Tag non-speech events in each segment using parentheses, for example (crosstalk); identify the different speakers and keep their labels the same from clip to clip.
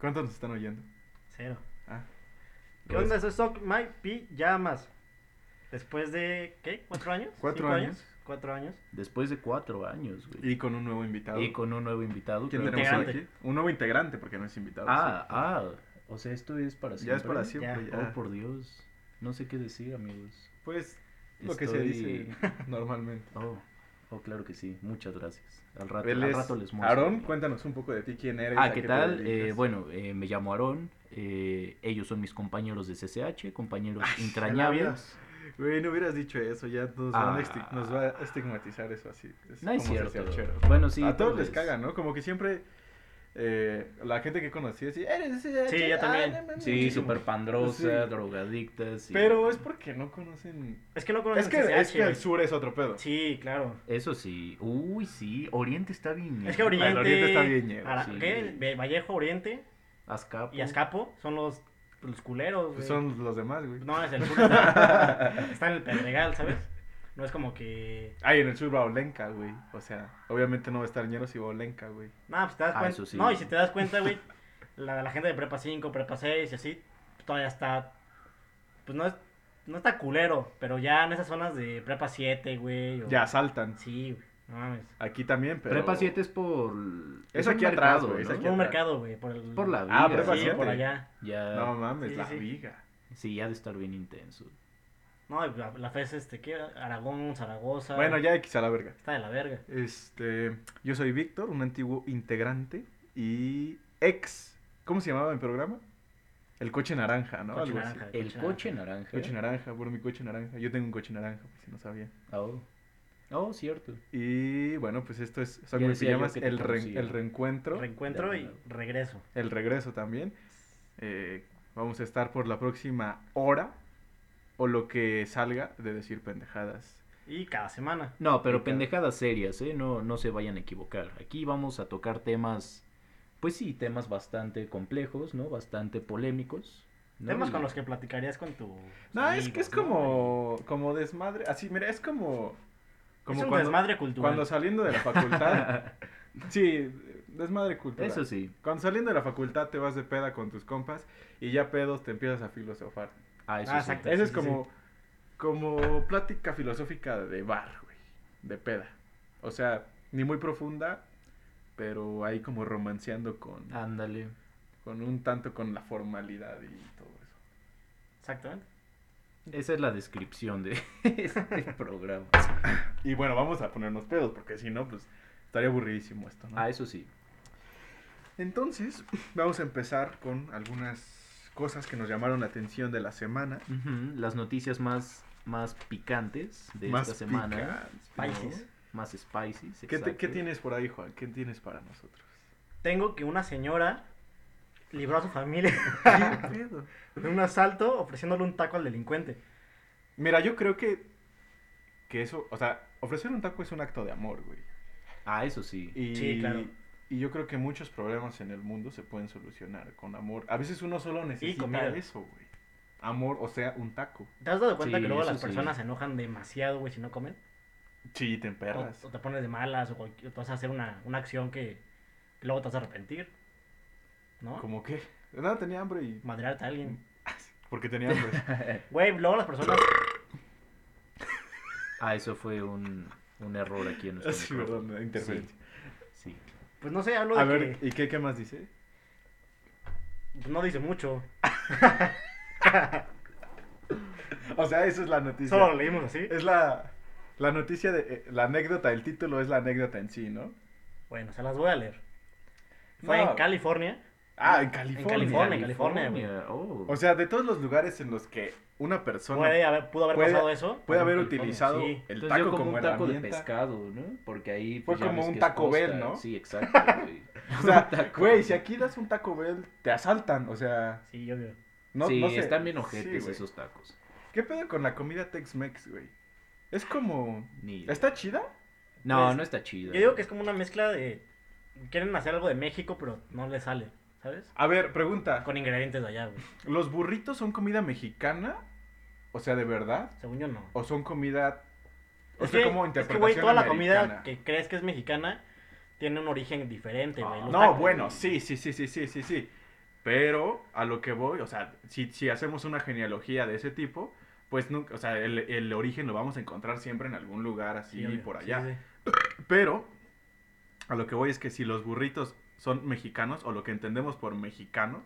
Speaker 1: ¿Cuántos nos están oyendo?
Speaker 2: Cero.
Speaker 1: Ah.
Speaker 2: ¿Qué onda? Eso es Sock My Pi Llamas. Después de, ¿qué? ¿Cuatro años?
Speaker 1: Cuatro
Speaker 2: ¿Cinco
Speaker 1: años.
Speaker 2: Cuatro años.
Speaker 3: Después de cuatro años, güey.
Speaker 1: Y con un nuevo invitado.
Speaker 3: Y con un nuevo invitado.
Speaker 1: ¿Quién
Speaker 3: creo que-
Speaker 1: tenemos hoy
Speaker 2: Integrante.
Speaker 1: aquí? Un nuevo integrante, porque no es invitado.
Speaker 3: Ah, ah. O sea, esto es para
Speaker 1: sí. ya
Speaker 3: siempre.
Speaker 1: es para siempre.
Speaker 2: Ya.
Speaker 1: ya.
Speaker 3: Oh, por Dios. No sé qué decir, amigos.
Speaker 1: Pues lo que se
Speaker 3: Estoy- (laughs)
Speaker 1: dice normalmente.
Speaker 3: Oh, oh, claro que sí. Muchas gracias. Al rato,
Speaker 1: Él
Speaker 3: al
Speaker 1: es
Speaker 3: rato les muestro.
Speaker 1: Aarón, cuéntanos un poco de ti, quién eres.
Speaker 3: Ah,
Speaker 1: a
Speaker 3: ¿qué
Speaker 1: te
Speaker 3: tal?
Speaker 1: dedicas.
Speaker 3: Eh, bueno, eh, me llamo Aarón. eh, ellos son mis compañeros de CCH, compañeros
Speaker 2: Ya la
Speaker 3: entrañables.
Speaker 2: vieras.
Speaker 1: Güey, no hubieras dicho eso, ya nos, van a
Speaker 3: Ah.
Speaker 1: esti- nos va a estigmatizar eso así. Es
Speaker 3: No es
Speaker 1: como
Speaker 3: cierto.
Speaker 1: salchero.
Speaker 3: Bueno, sí.
Speaker 1: a todos
Speaker 3: tal
Speaker 1: les
Speaker 3: vez.
Speaker 1: caga, ¿no? Como que siempre eh, la gente que conocí decía, eres ese-
Speaker 2: Sí, yo
Speaker 1: ah,
Speaker 2: también.
Speaker 1: no mames,
Speaker 3: Sí,
Speaker 1: muchísimo.
Speaker 3: súper pandrosa,
Speaker 1: Sí.
Speaker 3: drogadictas. sí.
Speaker 1: Pero es porque no conocen.
Speaker 2: Es que no conocen
Speaker 1: Es que, es
Speaker 2: CCH,
Speaker 1: que
Speaker 2: güey.
Speaker 1: el sur es otro pedo.
Speaker 2: Sí, claro.
Speaker 3: Eso sí. Uy, sí. Oriente está bien.
Speaker 2: Es que
Speaker 3: ñero.
Speaker 2: Oriente,
Speaker 1: Oriente está bien ñero,
Speaker 2: Ara-
Speaker 3: sí.
Speaker 2: ¿qué? Ve- Vallejo, Oriente
Speaker 3: Azcapo.
Speaker 2: y Azcapo son los, los culeros, güey.
Speaker 1: Pues son los demás, güey.
Speaker 2: No, es el sur. Está, está en el Pedregal, ¿sabes? No es como que...
Speaker 1: Ay, en el sur va Olenka, güey. O sea, obviamente no va a estar ñero si va Olenka, güey.
Speaker 2: No, pues te das
Speaker 3: Ah,
Speaker 2: cuenta...
Speaker 3: eso sí.
Speaker 2: No, y si te das cuenta, güey, la, la gente de prepa 5, prepa 6 y así, pues, todavía está... Pues no es... No está culero, pero ya en esas zonas de prepa 7, güey. o-
Speaker 1: Ya saltan.
Speaker 2: Sí, güey. No mames.
Speaker 1: Aquí también, pero.
Speaker 3: Prepa 7 es por.
Speaker 1: Es
Speaker 3: un
Speaker 1: aquí atrás,
Speaker 3: mercado,
Speaker 1: güey, es
Speaker 3: ¿no?
Speaker 1: aquí
Speaker 2: Por un
Speaker 1: atrás.
Speaker 2: mercado, güey. Por, el...
Speaker 3: Por la
Speaker 1: Ah,
Speaker 3: vida.
Speaker 1: Prepa
Speaker 2: Sí,
Speaker 3: ¿no?
Speaker 1: siete.
Speaker 2: por allá.
Speaker 3: Ya.
Speaker 1: No mames,
Speaker 2: Ah. Sí,
Speaker 1: la
Speaker 2: sí, sí.
Speaker 1: viga.
Speaker 3: Sí, ya ha de estar bien intenso.
Speaker 2: No, y la, la FES, este, ¿qué? Aragón, Zaragoza.
Speaker 1: Bueno, ya X a la verga.
Speaker 2: Está de la verga.
Speaker 1: Este, yo soy Víctor, un antiguo integrante y ex. ¿Cómo se llamaba mi programa? El coche naranja, ¿no?
Speaker 2: Coche
Speaker 1: Algo así.
Speaker 2: naranja. El
Speaker 3: El
Speaker 2: coche
Speaker 3: coche naranja.
Speaker 1: Coche naranja, bueno, mi coche naranja. Yo tengo un coche naranja, por si no sabía.
Speaker 3: Oh. Oh, cierto.
Speaker 1: Y bueno, pues esto es Soy
Speaker 3: Ya
Speaker 1: Muy
Speaker 3: decía yo
Speaker 1: Pijamas,
Speaker 3: que te
Speaker 1: el, re-
Speaker 3: conocía.
Speaker 1: el reencuentro,
Speaker 2: Reencuentro y regreso.
Speaker 1: el regreso también. Eh, vamos a estar por la próxima hora o lo que salga de decir pendejadas.
Speaker 2: Y cada semana.
Speaker 3: No, pero
Speaker 1: Y tal.
Speaker 3: pendejadas serias, ¿eh? No, no se vayan a equivocar. Aquí vamos a tocar temas, pues sí, temas bastante complejos, ¿no? Bastante polémicos. ¿no?
Speaker 2: Temas
Speaker 3: Y-
Speaker 2: con los que platicarías con tu.
Speaker 1: pues No, es que es como, como desmadre. Así, mira, es como.
Speaker 2: Como es un
Speaker 1: cuando-
Speaker 2: desmadre cultural.
Speaker 1: Cuando saliendo de la facultad.
Speaker 2: (laughs)
Speaker 1: sí, desmadre cultural.
Speaker 3: Eso sí.
Speaker 1: Cuando saliendo de la facultad te vas de peda con tus compas y ya pedos te empiezas a filosofar.
Speaker 3: Ah, eso
Speaker 2: Ah,
Speaker 3: sí.
Speaker 2: exacto.
Speaker 1: Esa es
Speaker 2: sí,
Speaker 1: como, como plática filosófica de bar, güey. De peda. O sea, ni muy profunda, pero ahí como romanceando con,
Speaker 3: Ándale.
Speaker 1: con un tanto con la formalidad y todo eso.
Speaker 2: Exactamente.
Speaker 3: Esa es la descripción de (laughs) este programa.
Speaker 1: Y bueno, vamos a ponernos pedos, porque si no, pues estaría aburridísimo esto, ¿no?
Speaker 3: Ah, eso sí.
Speaker 1: Entonces, vamos a empezar con algunas cosas que nos llamaron la atención de la semana.
Speaker 3: Ujú, Las noticias más, más picantes de
Speaker 1: Más
Speaker 3: esta semana.
Speaker 1: picantes,
Speaker 3: ¿no?
Speaker 2: Spices.
Speaker 3: Más spicy.
Speaker 1: ¿Qué, te- qué tienes por ahí, Juan? ¿Qué tienes para
Speaker 3: (laughs)
Speaker 1: nosotros?
Speaker 2: Tengo que una señora libró a su familia (laughs) de un asalto ofreciéndole un taco al delincuente.
Speaker 1: Mira, yo creo que, que eso, o sea, ofrecer un taco es un acto de amor, güey.
Speaker 3: Ah, eso sí.
Speaker 2: (laughs)
Speaker 1: Y,
Speaker 2: Sí, claro.
Speaker 1: Y yo creo que muchos problemas en el mundo se pueden solucionar con amor. A veces uno solo necesita
Speaker 2: comida.
Speaker 1: eso, güey. Amor, o sea, un taco.
Speaker 2: ¿Te has dado cuenta
Speaker 3: Sí,
Speaker 2: que luego
Speaker 3: eso
Speaker 2: las
Speaker 3: sí.
Speaker 2: personas se enojan demasiado, güey, si no comen?
Speaker 1: Sí, te emperras.
Speaker 2: O, o te pones de malas o, cualquier- te vas a hacer una, una acción que, que luego te vas a arrepentir. ¿No?
Speaker 1: Como que, nada, tenía hambre y...
Speaker 2: Madrearte a alguien.
Speaker 1: Porque tenía (laughs) hambre.
Speaker 2: Güey, luego las personas.
Speaker 3: Ah, eso fue un, un error aquí en nuestro
Speaker 1: sí,
Speaker 3: micrófono.
Speaker 1: perdón, la interferencia.
Speaker 3: Sí.
Speaker 2: Pues no sé, hablo de
Speaker 1: A
Speaker 2: que
Speaker 1: ver, ¿y qué, qué más dice?
Speaker 2: no dice mucho.
Speaker 1: O sea, esa es la noticia.
Speaker 2: Solo lo leímos así.
Speaker 1: Es la, la noticia, de, eh, la anécdota, el título es la anécdota en sí, ¿no?
Speaker 2: Bueno, se las voy a leer. Fue
Speaker 1: No.
Speaker 2: en California.
Speaker 1: Ah, en California.
Speaker 2: California, California, güey.
Speaker 3: oh.
Speaker 1: O sea, de todos los lugares en los que una persona
Speaker 2: Puede haber, pudo haber
Speaker 1: puede-
Speaker 2: pasado eso.
Speaker 1: puede haber
Speaker 2: California,
Speaker 1: utilizado
Speaker 2: sí.
Speaker 1: el
Speaker 3: Entonces
Speaker 1: taco
Speaker 3: yo
Speaker 1: como,
Speaker 3: como un taco de
Speaker 1: herramienta.
Speaker 3: pescado, ¿no? Porque ahí pues,
Speaker 1: Fue
Speaker 3: ya
Speaker 1: como
Speaker 3: ves
Speaker 1: un
Speaker 3: que es
Speaker 1: Taco Bell,
Speaker 3: costa.
Speaker 1: ¿no? (laughs)
Speaker 3: Sí, exacto, güey.
Speaker 1: O sea,
Speaker 3: (laughs) Un taco.
Speaker 1: güey, si aquí das un taco Bell, te asaltan. O sea,
Speaker 2: Sí, yo veo.
Speaker 1: no,
Speaker 3: sí,
Speaker 1: no sé.
Speaker 3: están bien
Speaker 1: Sí,
Speaker 3: ojetes
Speaker 1: güey.
Speaker 3: esos tacos.
Speaker 1: ¿Qué pedo con la comida Tex-Mex, güey? Es como...
Speaker 3: Ni idea.
Speaker 1: ¿Está chida?
Speaker 3: No,
Speaker 2: Pues,
Speaker 3: no está chido.
Speaker 2: Yo digo que es como una mezcla de. Quieren hacer algo de México, pero no les sale, ¿sabes?
Speaker 1: A ver, pregunta.
Speaker 2: Con ingredientes de allá, güey.
Speaker 1: ¿Los burritos son comida mexicana? O sea, ¿de verdad?
Speaker 2: Según yo, no.
Speaker 1: ¿O son comida... O
Speaker 2: es
Speaker 1: sea,
Speaker 2: que,
Speaker 1: como
Speaker 2: es que,
Speaker 1: interpretación
Speaker 2: güey, toda la
Speaker 1: americana?
Speaker 2: comida que crees que es mexicana tiene un origen diferente, güey. Los
Speaker 1: Ah, No,
Speaker 2: tacos,
Speaker 1: bueno,
Speaker 2: güey.
Speaker 1: sí, sí, sí, sí, sí, sí, sí. Pero a lo que voy, o sea, si, si hacemos una genealogía de ese tipo, pues nunca, o sea, el, el origen lo vamos a encontrar siempre en algún lugar así
Speaker 2: obvio.
Speaker 1: por
Speaker 2: Sí,
Speaker 1: allá.
Speaker 2: sí.
Speaker 1: Pero a lo que voy es que si los burritos son mexicanos o lo que entendemos por mexicano,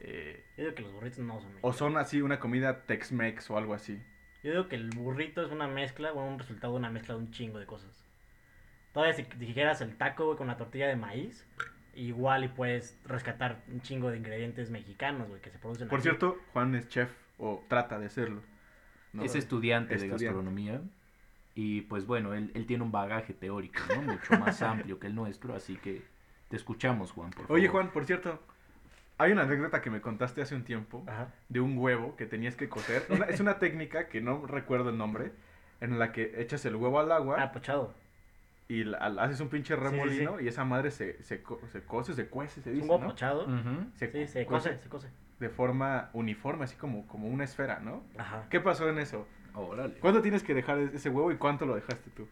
Speaker 1: eh,
Speaker 2: Yo digo que los burritos no son
Speaker 1: o
Speaker 2: mexicanos.
Speaker 1: son así una comida Tex-Mex o algo así.
Speaker 2: Yo digo que el burrito es una mezcla, bueno, un resultado de una mezcla de un chingo de cosas. Todavía si dijeras el taco, güey, con la tortilla de maíz, igual y puedes rescatar un chingo de ingredientes mexicanos, güey, que se producen
Speaker 1: Por
Speaker 2: aquí.
Speaker 1: cierto, Juan es chef o trata de serlo. ¿no?
Speaker 3: es estudiante,
Speaker 1: Estudiante.
Speaker 3: de gastronomía. Y pues bueno, él, él tiene un bagaje teórico, ¿no?
Speaker 1: (laughs)
Speaker 3: Mucho más amplio que el nuestro, así que te escuchamos, Juan, por favor.
Speaker 1: Oye, Juan, por cierto, hay una anécdota que me contaste hace un tiempo
Speaker 2: Ajá.
Speaker 1: de un huevo que tenías que cocer. Una- es una técnica que no recuerdo el nombre, en la que echas el huevo al agua
Speaker 2: Ah, pochado.
Speaker 1: y la- al- haces un pinche
Speaker 2: sí, sí.
Speaker 1: remolino y esa madre se, se, co- se cose, se cuece, se
Speaker 2: Es
Speaker 1: dice,
Speaker 2: un huevo
Speaker 1: ¿no?
Speaker 2: pochado.
Speaker 3: Ujú.
Speaker 2: Sí, se
Speaker 1: pues
Speaker 2: cose, se cose.
Speaker 1: de forma uniforme, así como, como una esfera, ¿no?
Speaker 2: Ajá.
Speaker 1: ¿Qué pasó en eso?
Speaker 3: Órale.
Speaker 1: ¿Cuánto tienes que dejar es- ese huevo y cuánto lo dejaste tú?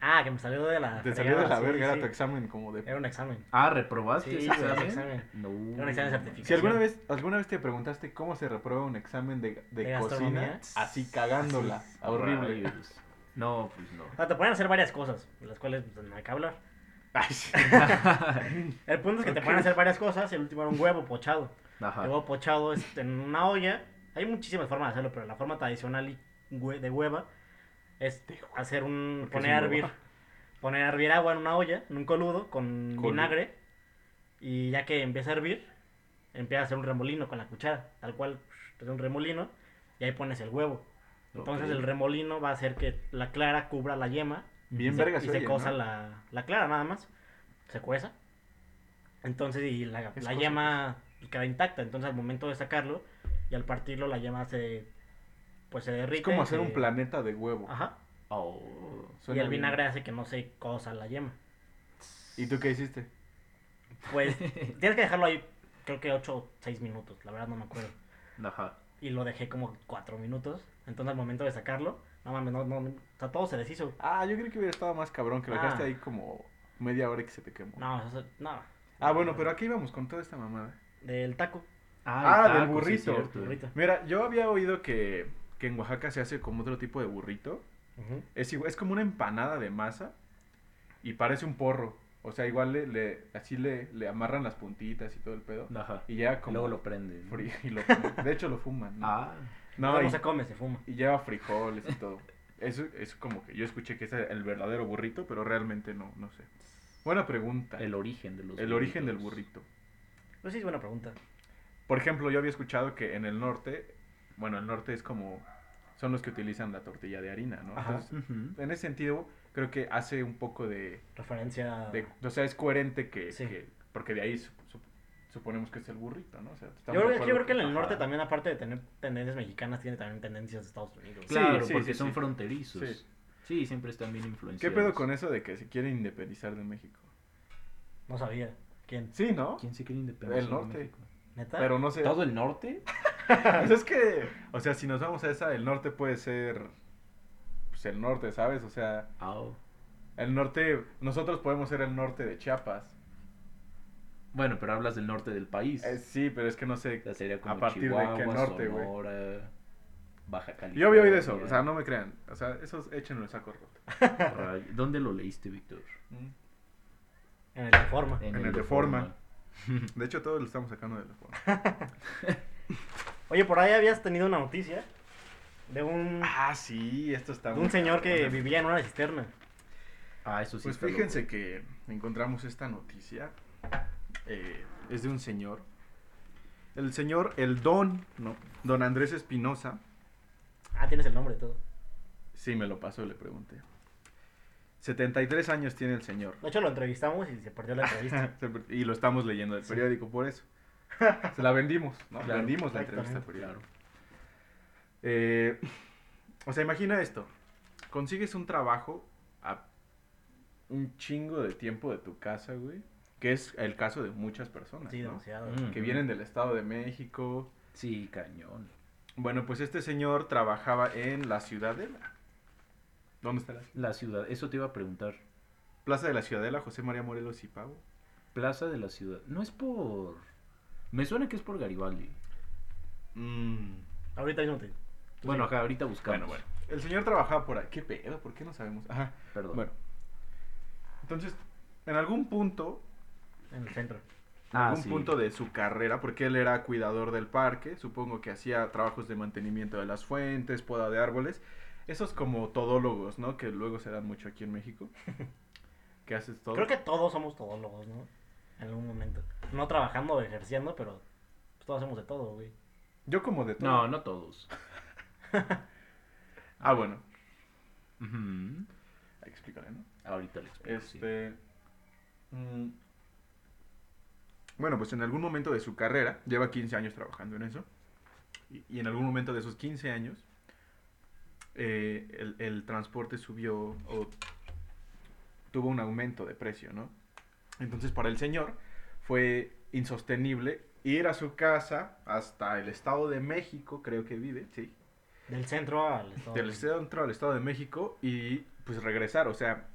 Speaker 2: Ah, que me salió de la
Speaker 1: Te salió de la
Speaker 2: fregada, sí,
Speaker 1: verga, era
Speaker 2: sí.
Speaker 1: tu examen como de...
Speaker 2: Era un examen.
Speaker 3: Ah, ¿reprobaste
Speaker 2: Sí, sí,
Speaker 3: ese
Speaker 2: era un
Speaker 3: examen?
Speaker 2: examen.
Speaker 3: No.
Speaker 2: Era un examen certificado.
Speaker 1: Si alguna vez, alguna vez te preguntaste cómo se reprueba un examen de, de cocina,
Speaker 2: De gastronomía.
Speaker 1: así cagándola, horrible.
Speaker 3: Rayos. Ah, No,
Speaker 2: (laughs)
Speaker 3: pues no.
Speaker 2: O sea, Ah, te pueden hacer varias cosas, de las cuales pues, no hay que hablar.
Speaker 1: (laughs) Ay, sí.
Speaker 2: El punto es que
Speaker 1: Ok.
Speaker 2: te pueden hacer varias cosas y el último era un huevo pochado.
Speaker 3: Ajá.
Speaker 2: El huevo pochado es en una olla. Hay muchísimas formas de hacerlo, pero la forma tradicional y hue- de hueva es hacer un.
Speaker 1: ¿Por qué
Speaker 2: poner a
Speaker 1: es un
Speaker 2: hervir.
Speaker 1: huevo?
Speaker 2: Poner a hervir agua en una olla, en un coludo, con
Speaker 1: Coludo.
Speaker 2: vinagre. Y ya que empieza a hervir, empieza a hacer un remolino con la cuchara. Tal cual, es un remolino. Y ahí pones el huevo. Entonces
Speaker 3: Ok.
Speaker 2: el remolino va a hacer que la clara cubra la yema
Speaker 1: Bien
Speaker 2: y se,
Speaker 1: verga
Speaker 2: y
Speaker 1: se
Speaker 2: se
Speaker 1: oye,
Speaker 2: cosa
Speaker 1: ¿no?
Speaker 2: la, la clara nada más. Se cueza. Entonces, y la,
Speaker 1: Es
Speaker 2: la
Speaker 1: cosa,
Speaker 2: yema queda intacta. Entonces, al momento de sacarlo y al partirlo, la yema se. Pues se derrite.
Speaker 1: Es como
Speaker 2: y
Speaker 1: hacer
Speaker 2: se-
Speaker 1: un planeta de huevo.
Speaker 2: Ajá.
Speaker 3: Oh.
Speaker 1: Suena
Speaker 2: y el
Speaker 1: bien.
Speaker 2: vinagre hace que no se cosa la yema.
Speaker 1: ¿Y tú qué hiciste? (laughs)
Speaker 2: Pues tienes que dejarlo ahí, creo que 8 o 6 minutos. La verdad, no me acuerdo.
Speaker 3: Ajá.
Speaker 2: Y lo dejé como 4 minutos. Entonces, al momento de sacarlo, no mames, no, no. O sea, todo se deshizo.
Speaker 1: Ah, yo creo que hubiera estado más cabrón, que lo dejaste
Speaker 2: Ah.
Speaker 1: ahí como media hora y que se te quemó.
Speaker 2: No, eso, no.
Speaker 1: Ah, bueno, pero aquí íbamos con toda esta mamada.
Speaker 2: Del taco.
Speaker 1: Ah,
Speaker 3: el
Speaker 1: del
Speaker 3: taco, sí es
Speaker 1: burrito.
Speaker 3: cierto.
Speaker 2: Burrito.
Speaker 1: Mira, yo había oído que, que en Oaxaca se hace como otro tipo de burrito.
Speaker 2: Ujú.
Speaker 1: Es, igual- es como una empanada de masa y parece un porro. O sea, igual le, le- así le, le amarran las puntitas y todo el pedo.
Speaker 3: Ajá.
Speaker 1: Y ya
Speaker 3: Y
Speaker 1: como
Speaker 3: luego lo prende. ¿no?
Speaker 1: frío (laughs)
Speaker 2: (laughs)
Speaker 1: y lo fuman. De hecho, lo fuman. ¿no?
Speaker 3: Ah.
Speaker 1: No,
Speaker 2: No,
Speaker 1: y,
Speaker 2: no se come, se fuma.
Speaker 1: y lleva frijoles y todo. Eso es como que yo escuché que es el verdadero burrito, pero realmente no, no sé. Buena pregunta. El,
Speaker 3: El origen de los
Speaker 1: origen del
Speaker 3: burritos.
Speaker 1: burrito.
Speaker 2: Pues sí, es buena pregunta.
Speaker 1: Por ejemplo, yo había escuchado que en el norte, bueno, el norte es como, son los que utilizan la tortilla de harina, ¿no?
Speaker 2: Ajá.
Speaker 1: Entonces,
Speaker 3: Ujú.
Speaker 1: en ese sentido, creo que hace un poco de,
Speaker 2: Referencia.
Speaker 1: de- o sea, es coherente que,
Speaker 2: Sí.
Speaker 1: que- porque de ahí su- su- suponemos que es el burrito, ¿no? O sea,
Speaker 2: Yo
Speaker 1: estamos
Speaker 2: creo,
Speaker 1: de
Speaker 2: que, yo
Speaker 1: acuerdo
Speaker 2: creo que en el norte
Speaker 3: Ajá.
Speaker 2: también, aparte de tener tendencias mexicanas, tiene también tendencias de Estados Unidos.
Speaker 1: Sí,
Speaker 3: Claro,
Speaker 1: sí,
Speaker 3: porque
Speaker 1: sí,
Speaker 3: son
Speaker 1: sí.
Speaker 3: fronterizos.
Speaker 1: Sí.
Speaker 3: Sí. siempre están bien influenciados.
Speaker 1: ¿Qué pedo con eso de que se quiere independizar de México?
Speaker 2: No sabía. ¿Quién?
Speaker 1: Sí, ¿no?
Speaker 3: ¿Quién se quiere independizar?
Speaker 1: El
Speaker 3: de
Speaker 1: norte.
Speaker 3: México?
Speaker 2: ¿Neta?
Speaker 1: Pero no sé.
Speaker 3: ¿Todo el norte?
Speaker 1: Pues es que, o sea, si nos vamos a esa, el norte puede ser, pues el norte, ¿sabes? O sea,
Speaker 3: Ah, oh.
Speaker 1: el norte, nosotros podemos ser el norte de Chiapas.
Speaker 3: Bueno, pero hablas del norte del país.
Speaker 1: Eh, sí, pero es que no sé.
Speaker 3: O sea, sería como
Speaker 1: ¿A partir de
Speaker 3: Chihuahua,
Speaker 1: qué norte, güey?
Speaker 3: Sonora, Baja California.
Speaker 1: Yo había oído eso, o sea, no me crean. O sea, esos échenlo el saco roto.
Speaker 3: Ray- ¿Dónde lo leíste, Víctor?
Speaker 1: Mm.
Speaker 2: En el Reforma.
Speaker 1: En el Reforma. De hecho, todos lo estamos sacando de la forma.
Speaker 2: Oye, por ahí habías tenido una noticia de un,
Speaker 1: Ah, sí, esto está
Speaker 2: de
Speaker 1: muy
Speaker 2: un señor que
Speaker 1: cabrón.
Speaker 2: vivía en una cisterna.
Speaker 3: Ah, eso sí.
Speaker 1: Pues
Speaker 3: está
Speaker 1: fíjense
Speaker 3: loco.
Speaker 1: que encontramos esta noticia. eh, es de un señor. El señor, el don, ¿no? Don Andrés Espinosa.
Speaker 2: Ah, tienes el nombre y todo.
Speaker 1: Sí, me lo pasó, le pregunté. 73 años tiene el (laughs) señor.
Speaker 2: De hecho, lo entrevistamos y se perdió la
Speaker 1: (laughs)
Speaker 2: entrevista.
Speaker 1: y lo estamos leyendo del
Speaker 2: Sí.
Speaker 1: periódico por eso. (laughs) Se la vendimos, ¿no?
Speaker 3: Claro,
Speaker 1: vendimos la entrevista al
Speaker 2: exactamente.
Speaker 1: periódico. Eh, o sea, imagina esto. Consigues un trabajo a un chingo de tiempo de tu casa, güey. Que es el caso de muchas personas,
Speaker 2: sí,
Speaker 1: ¿no?
Speaker 2: demasiado.
Speaker 3: Mm.
Speaker 1: Que vienen del Estado de México.
Speaker 3: Sí, cañón.
Speaker 1: Bueno, pues este señor trabajaba en la Ciudadela. ¿Dónde está la ciudad?
Speaker 3: La ciudad, eso te iba a preguntar.
Speaker 1: Plaza de la Ciudadela, José María Morelos y Pavo.
Speaker 3: Plaza de la ciudad. No es por. Me suena que es por Garibaldi.
Speaker 1: Mm.
Speaker 2: Ahorita mismo te.
Speaker 3: Bueno,
Speaker 2: sí.
Speaker 3: acá ahorita
Speaker 1: Bueno,
Speaker 3: buscamos.
Speaker 1: bueno. El señor trabajaba por ahí. ¿Qué pedo? ¿Por qué no sabemos? Ajá.
Speaker 3: Perdón.
Speaker 1: Bueno. Entonces, en algún punto,
Speaker 2: En el centro.
Speaker 1: en
Speaker 3: Ah,
Speaker 1: algún
Speaker 3: sí.
Speaker 1: punto de su carrera, porque él era cuidador del parque, supongo que hacía trabajos de mantenimiento de las fuentes, poda de árboles, esos como todólogos, ¿no? Que luego se dan mucho aquí en México. (laughs) que haces todo.
Speaker 2: Creo que todos somos todólogos, ¿no? En algún momento. No trabajando o ejerciendo, pero pues, todos hacemos de todo, güey.
Speaker 1: Yo como de todo.
Speaker 3: No, no todos.
Speaker 1: Ah, bueno.
Speaker 3: Ujú.
Speaker 1: Ahí Explícale, ¿no?
Speaker 3: Ahorita lo explico. sí.
Speaker 1: Este. mm, Bueno, pues en algún momento de su carrera, lleva 15 años trabajando en eso, y, y en algún momento de esos 15 años, eh, el, el transporte subió o tuvo un aumento de precio, ¿no? Entonces para el señor fue insostenible ir a su casa hasta el Estado de México, creo que vive, sí,
Speaker 2: Del centro
Speaker 1: (laughs)
Speaker 2: al estado.
Speaker 1: del centro al Estado de México y pues regresar. O sea,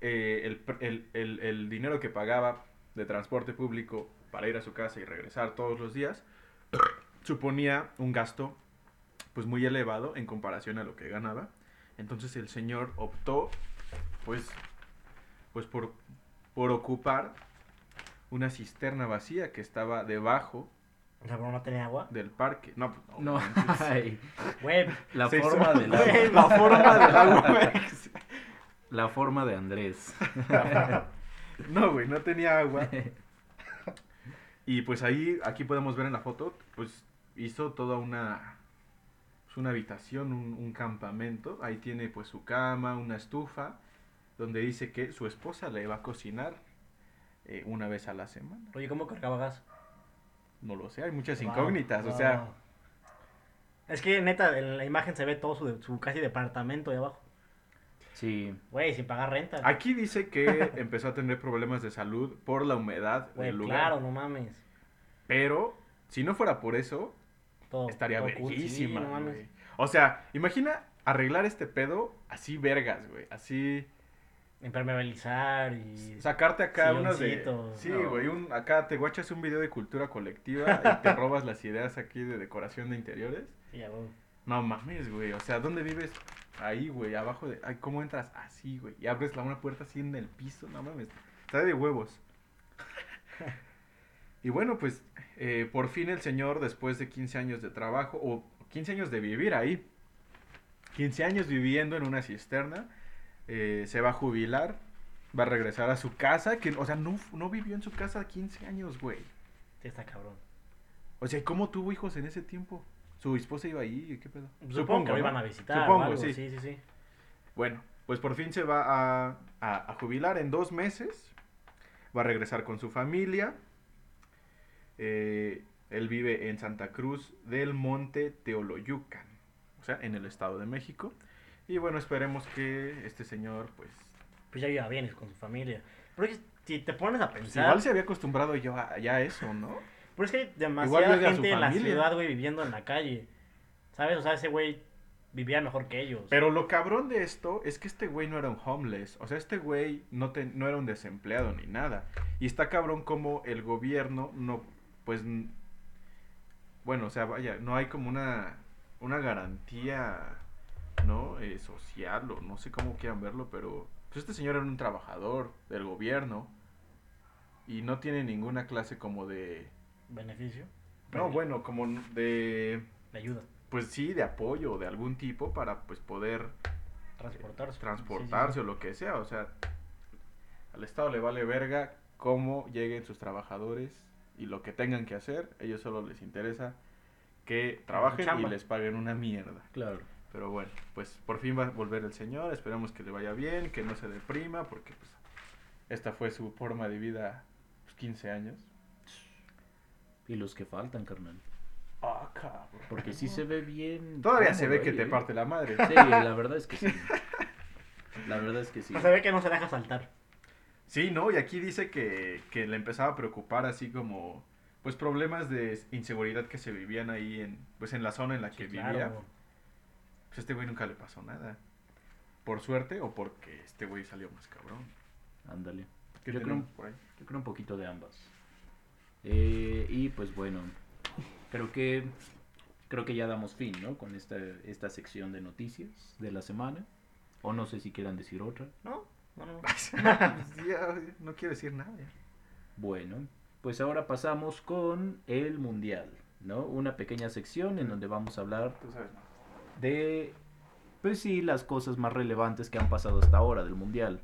Speaker 1: eh, el, pr- el- el- el dinero que pagaba de transporte público para ir a su casa y regresar todos los días (clears throat) suponía un gasto pues muy elevado en comparación a lo que ganaba. Entonces el señor optó pues, pues por, por ocupar una cisterna vacía que estaba debajo
Speaker 2: O sea, pero no tenía agua.
Speaker 1: del parque. No, pues,
Speaker 3: No,
Speaker 1: obviamente.
Speaker 3: (laughs) ay,
Speaker 2: Güey,
Speaker 3: la
Speaker 1: Se hizo-
Speaker 3: forma del agua.
Speaker 2: Güey.
Speaker 1: La forma del
Speaker 3: (laughs)
Speaker 1: agua, güey.
Speaker 3: La forma de Andrés.
Speaker 1: (laughs) No, güey, no tenía
Speaker 2: (laughs)
Speaker 1: agua. Y pues ahí, aquí podemos ver en la foto, pues hizo toda una, pues, una habitación, un, un campamento. Ahí tiene pues su cama, una estufa, donde dice que su esposa le va a cocinar eh, una vez a la semana.
Speaker 2: oye, ¿cómo cargaba gas?
Speaker 1: No lo sé, hay muchas
Speaker 2: Wow,
Speaker 1: incógnitas, o
Speaker 2: wow.
Speaker 1: sea,
Speaker 2: Es que neta, en la imagen se ve todo su, su casi departamento de abajo.
Speaker 3: Sí.
Speaker 2: Güey, sin pagar renta.
Speaker 1: aquí dice que (laughs) empezó a tener problemas de salud por la humedad
Speaker 2: Güey,
Speaker 1: del lugar.
Speaker 2: claro, no mames.
Speaker 1: Pero, si no fuera por eso,
Speaker 2: Todo,
Speaker 1: Estaría
Speaker 2: todo cool, sí,
Speaker 1: verguísima,
Speaker 2: no mames.
Speaker 1: güey. O sea, imagina arreglar este pedo así vergas, güey. Así
Speaker 2: Impermeabilizar y.
Speaker 1: sacarte acá unas de...
Speaker 2: Silloncito.
Speaker 1: Sí,
Speaker 3: No.
Speaker 1: güey. un- Acá te guachas un video de cultura colectiva y te robas las ideas aquí de decoración de interiores.
Speaker 2: y ya, güey.
Speaker 1: No mames, güey. O sea, ¿dónde vives? Ahí, güey. Abajo de... Ay, ¿Cómo entras? Así, güey. Y abres la una puerta así en el piso. No mames. Está de huevos. Y bueno, pues eh, por fin el señor, después de 15 años de trabajo, o 15 años de vivir ahí, 15 años viviendo en una cisterna, eh, se va a jubilar, va a regresar a su casa, que, o sea, no, no vivió en su casa 15 años, güey.
Speaker 2: Sí, está cabrón.
Speaker 1: O sea, ¿cómo tuvo hijos en ese tiempo? ¿Su esposa iba ahí? ¿Qué pedo?
Speaker 2: Supongo, que lo
Speaker 1: ¿no?
Speaker 2: iban a visitar.
Speaker 1: Supongo,
Speaker 2: o algo,
Speaker 1: sí.
Speaker 2: sí, sí, sí.
Speaker 1: Bueno, pues por fin se va a, a- a jubilar en dos meses. Va a regresar con su familia. Eh, él vive en Santa Cruz del Monte Teoloyucan, o sea, en el Estado de México. Y bueno, esperemos que este señor, pues,
Speaker 2: Pues ya iba bien es con su familia. Pero es que si te pones a
Speaker 1: pues,
Speaker 2: pensar.
Speaker 1: igual se había acostumbrado yo a, ya a eso, ¿no?
Speaker 2: Pero es que hay
Speaker 1: Igual
Speaker 2: demasiada
Speaker 1: vive a su
Speaker 2: gente en la
Speaker 1: familia.
Speaker 2: ciudad, güey, viviendo en la calle. ¿Sabes? O sea, ese güey vivía mejor que ellos.
Speaker 1: Pero lo cabrón de esto es que este güey no era un homeless. O sea, este güey no, te- no era un desempleado ni nada. Y está cabrón como el gobierno no, pues, n- bueno, o sea, vaya, no hay como una, una garantía, ¿no? Eh, social o no sé cómo quieran verlo, pero pues este señor era un trabajador del gobierno y no tiene ninguna clase como de...
Speaker 2: Beneficio.
Speaker 1: No, bueno, como de...
Speaker 2: Le ayuda.
Speaker 1: Pues sí, de apoyo de algún tipo para pues poder
Speaker 2: Transportarse.
Speaker 1: transportarse o lo que sea. O sea, al Estado le vale verga cómo lleguen sus trabajadores y lo que tengan que hacer. Ellos solo les interesa que trabajen y
Speaker 2: chamba.
Speaker 1: les paguen una mierda.
Speaker 3: Claro.
Speaker 1: Pero bueno, pues por fin va a volver el señor. Esperemos que le vaya bien, que no se deprima, porque pues esta fue su forma de vida pues, 15 años.
Speaker 3: Y los que faltan, carnal.
Speaker 1: Ah, cabrón.
Speaker 3: Porque sí se ve bien.
Speaker 1: Todavía
Speaker 3: cómodo
Speaker 1: se ve que
Speaker 3: ahí,
Speaker 1: te
Speaker 3: ¿eh?
Speaker 1: parte la
Speaker 3: (laughs)
Speaker 1: madre.
Speaker 3: Sí, la verdad es que sí. La verdad es que
Speaker 1: (laughs)
Speaker 3: sí.
Speaker 2: O sea, se ve que no se deja saltar.
Speaker 1: Sí, ¿no? Y aquí dice que, que le empezaba a preocupar así como, pues, problemas de inseguridad que se vivían ahí en, pues, en la zona en la que
Speaker 2: Sí,
Speaker 1: vivía.
Speaker 2: claro.
Speaker 1: Pues este güey nunca le pasó nada. Por suerte o porque este güey salió más cabrón.
Speaker 3: Ándale.
Speaker 1: ¿Qué
Speaker 3: Yo creo- (laughs)
Speaker 1: tenemos por ahí?
Speaker 3: Yo creo un poquito de ambas. Eh, y Y pues bueno, creo que creo que ya damos fin, ¿no? Con esta, esta sección de noticias de la semana. O no sé si quieran decir otra.
Speaker 2: No, no, no.
Speaker 1: Ya, no quiero decir nada. ya.
Speaker 3: Bueno, pues ahora pasamos con el mundial, ¿no? Una pequeña sección en donde vamos a hablar
Speaker 1: Tú sabes, ¿no?
Speaker 3: de, pues sí, las cosas más relevantes que han pasado hasta ahora
Speaker 2: (laughs)
Speaker 3: del mundial.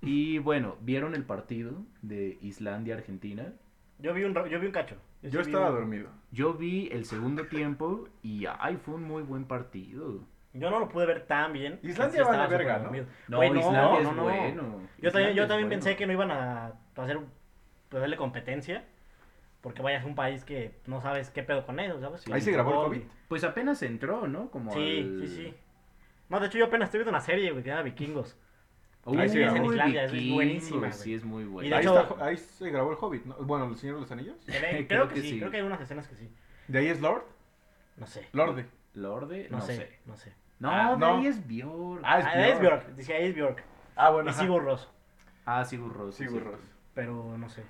Speaker 3: Y bueno, ¿vieron el partido de Islandia-Argentina?
Speaker 2: Yo vi un, ra- yo vi un cacho.
Speaker 1: Yo
Speaker 2: sí vi
Speaker 1: estaba
Speaker 2: un-
Speaker 1: dormido.
Speaker 3: Yo vi el segundo tiempo y ay, fue un muy buen partido.
Speaker 2: Yo no lo pude ver tan bien.
Speaker 1: Islandia
Speaker 2: Estaba
Speaker 1: vale
Speaker 2: súper
Speaker 1: verga, ¿no?
Speaker 2: dormido.
Speaker 3: No,
Speaker 2: Güey, no,
Speaker 3: Islandia
Speaker 2: no,
Speaker 3: es
Speaker 2: no.
Speaker 3: bueno.
Speaker 2: Yo también,
Speaker 3: Islandia
Speaker 2: yo
Speaker 3: es
Speaker 2: también
Speaker 3: bueno.
Speaker 2: pensé que no iban a hacer pues, darle competencia. Porque vaya, es un país que no sabes qué pedo con ellos, ¿sabes?
Speaker 3: Sí.
Speaker 1: Ahí se grabó el COVID.
Speaker 3: Pues apenas entró, ¿no? Como
Speaker 2: Sí, sí,
Speaker 3: al-
Speaker 2: sí. No, de hecho yo apenas estoy viendo una serie, güey, que se llama Vikingos.
Speaker 3: Uy,
Speaker 1: Ahí se grabó.
Speaker 3: uy,
Speaker 2: En Islandia, es
Speaker 3: vikingos,
Speaker 2: buenísima,
Speaker 3: Sí,
Speaker 2: güey.
Speaker 3: es muy
Speaker 2: Y
Speaker 3: buena.
Speaker 2: de
Speaker 1: Ahí,
Speaker 2: hecho-
Speaker 1: está- ahí se grabó el Hobbit, ¿no? Bueno, el Señor de los Anillos.
Speaker 2: Creo,
Speaker 3: Creo
Speaker 2: que,
Speaker 3: que
Speaker 2: sí,
Speaker 3: sí.
Speaker 2: creo que hay unas escenas que sí.
Speaker 1: De ahí es Lord.
Speaker 2: No sé.
Speaker 1: Lorde.
Speaker 3: Lorde,
Speaker 2: No,
Speaker 3: no,
Speaker 2: sé,
Speaker 3: sé.
Speaker 2: no sé.
Speaker 3: No,
Speaker 1: Ah,
Speaker 3: de
Speaker 1: no.
Speaker 3: ahí es Bjork.
Speaker 1: Ah, es
Speaker 2: Ah, es Bjork, dice ahí es Bjork.
Speaker 1: Ah, bueno.
Speaker 2: Y
Speaker 1: ajá.
Speaker 2: Sigur Rós,
Speaker 3: Ah, Sigur Rós. sí,
Speaker 1: Sigur
Speaker 3: sí.
Speaker 1: Rós.
Speaker 2: pero no sé.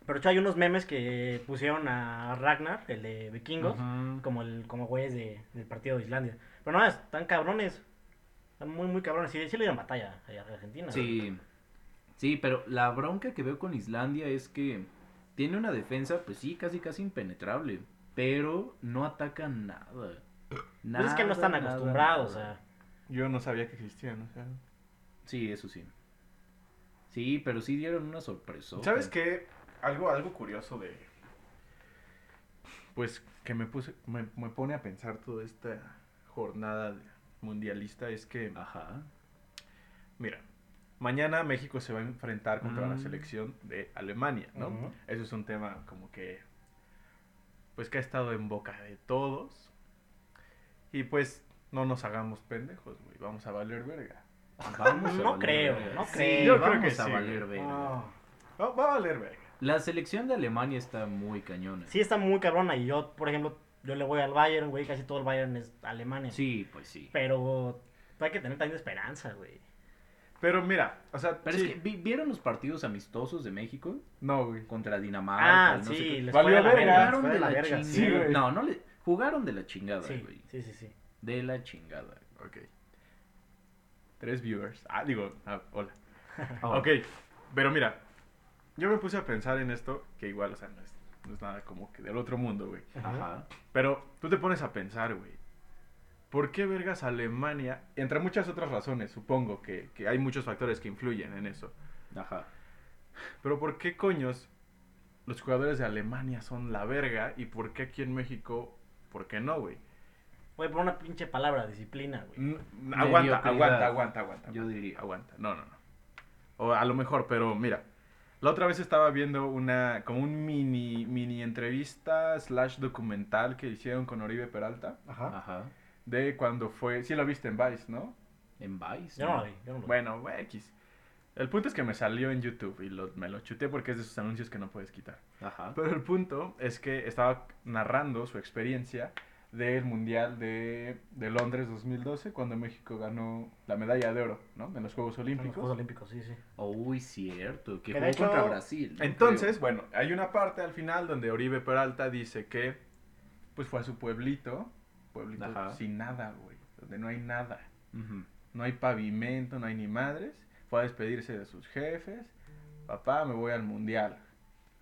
Speaker 2: Pero de hecho hay unos memes que pusieron a Ragnar, el de Vikingos,
Speaker 3: Ajá.
Speaker 2: como el como güeyes de, del partido de Islandia. Pero no, están cabrones. Están muy, muy cabrones. Sí, sí le dieron batalla a Argentina.
Speaker 3: Sí. Sí, pero la bronca que veo con Islandia es que tiene una defensa, pues sí, casi casi impenetrable. Pero no atacan nada.
Speaker 2: Pues es que no
Speaker 3: Nada,
Speaker 2: están
Speaker 3: nada,
Speaker 2: acostumbrados ah.
Speaker 3: nada.
Speaker 2: a...
Speaker 1: Yo no sabía que existían. o sea.
Speaker 3: Sí, eso sí. Sí, pero sí dieron una sorpresa.
Speaker 1: ¿Sabes qué? Algo, algo curioso de. Pues que me, puse, me, me pone a pensar toda esta jornada de- mundialista es que,
Speaker 3: (laughs) Ajá.
Speaker 1: mira, mañana México se va a enfrentar contra la
Speaker 3: Mm.
Speaker 1: selección de Alemania, ¿no?
Speaker 2: Ujú.
Speaker 1: Eso es un tema como que. Pues que ha estado en boca de todos. Y pues no nos hagamos pendejos, güey. Vamos a valer verga.
Speaker 3: Vamos a
Speaker 2: No
Speaker 3: valer
Speaker 2: creo,
Speaker 3: verga.
Speaker 2: no
Speaker 3: Sí, Ah.
Speaker 2: creo.
Speaker 1: Yo creo
Speaker 3: vamos
Speaker 1: que
Speaker 3: a
Speaker 1: sí,
Speaker 3: valer
Speaker 1: güey.
Speaker 3: verga.
Speaker 2: No.
Speaker 1: Va, va a valer verga.
Speaker 3: La selección de Alemania está muy cañona.
Speaker 2: Sí, está muy cabrona. Y yo, por ejemplo, yo le voy al Bayern, güey. Casi todo el Bayern es Alemania.
Speaker 3: Sí, pues sí.
Speaker 2: Pero hay que tener también esperanza, güey.
Speaker 1: Pero mira, o sea,
Speaker 3: Pero
Speaker 1: sí.
Speaker 3: es que, ¿vi- ¿vieron los partidos amistosos de México?
Speaker 1: no, güey.
Speaker 3: Contra Dinamarca.
Speaker 2: Ah,
Speaker 3: y no sé
Speaker 2: sí,
Speaker 3: qué.
Speaker 2: les
Speaker 1: Valió
Speaker 2: fue de la
Speaker 1: verga.
Speaker 2: verga. les
Speaker 3: Jugaron
Speaker 2: fue
Speaker 3: de la,
Speaker 2: verga,
Speaker 3: chingada.
Speaker 1: Sí, güey.
Speaker 3: no, no le... Jugaron de la chingada, güey.
Speaker 2: Sí, sí, sí, sí.
Speaker 3: De la chingada.
Speaker 1: Ok. Tres viewers. Ah, digo, ah,
Speaker 3: (laughs)
Speaker 1: hola.
Speaker 3: Ahora,
Speaker 1: Ok, pero mira, yo me puse a pensar en esto, que igual, o sea, no es, no es nada como que del otro mundo, güey.
Speaker 3: Ajá.
Speaker 1: Pero tú te pones a pensar, güey. ¿Por qué vergas Alemania? Entre muchas otras razones, supongo que, que hay muchos factores que influyen en eso.
Speaker 3: Ajá.
Speaker 1: Pero ¿por qué coños los jugadores de Alemania son la verga? ¿Y por qué aquí en México, por qué no, güey?
Speaker 2: Güey, por una pinche palabra, disciplina, güey.
Speaker 1: N- Aguanta,
Speaker 3: Mediocridad.
Speaker 1: aguanta, aguanta, aguanta.
Speaker 3: Yo diría.
Speaker 1: Aguanta, no, no, no. O a lo mejor, pero mira. La otra vez estaba viendo una, como un mini, mini entrevista slash documental que hicieron con Oribe Peralta. Ah.
Speaker 3: Ajá.
Speaker 1: De cuando fue, sí la viste en Vice, ¿no?
Speaker 3: En Vice.
Speaker 2: Yo no la vi, yo no la vi.
Speaker 1: Bueno, güey, X. El punto es que me salió en YouTube y lo- me lo chuté porque es de esos anuncios que no puedes quitar.
Speaker 3: Ajá.
Speaker 1: Pero el punto es que estaba narrando su experiencia del Mundial de, de Londres 2012 cuando México ganó la medalla de oro, ¿no? En los Juegos
Speaker 2: En los
Speaker 1: Olímpicos.
Speaker 2: Juegos Olímpicos, sí, sí.
Speaker 3: Uy, cierto.
Speaker 2: Que
Speaker 3: Que
Speaker 2: de
Speaker 3: jugó
Speaker 2: hecho-
Speaker 3: contra Brasil. ¿no?
Speaker 1: Entonces, bueno, hay una parte al final donde Oribe Peralta dice que pues fue a su pueblito, pueblito
Speaker 3: Ajá.
Speaker 1: sin nada, güey, donde no hay nada,
Speaker 3: Creo. Ujú.
Speaker 1: no hay pavimento, no hay ni madres, fue a despedirse de sus jefes, papá, me voy al mundial,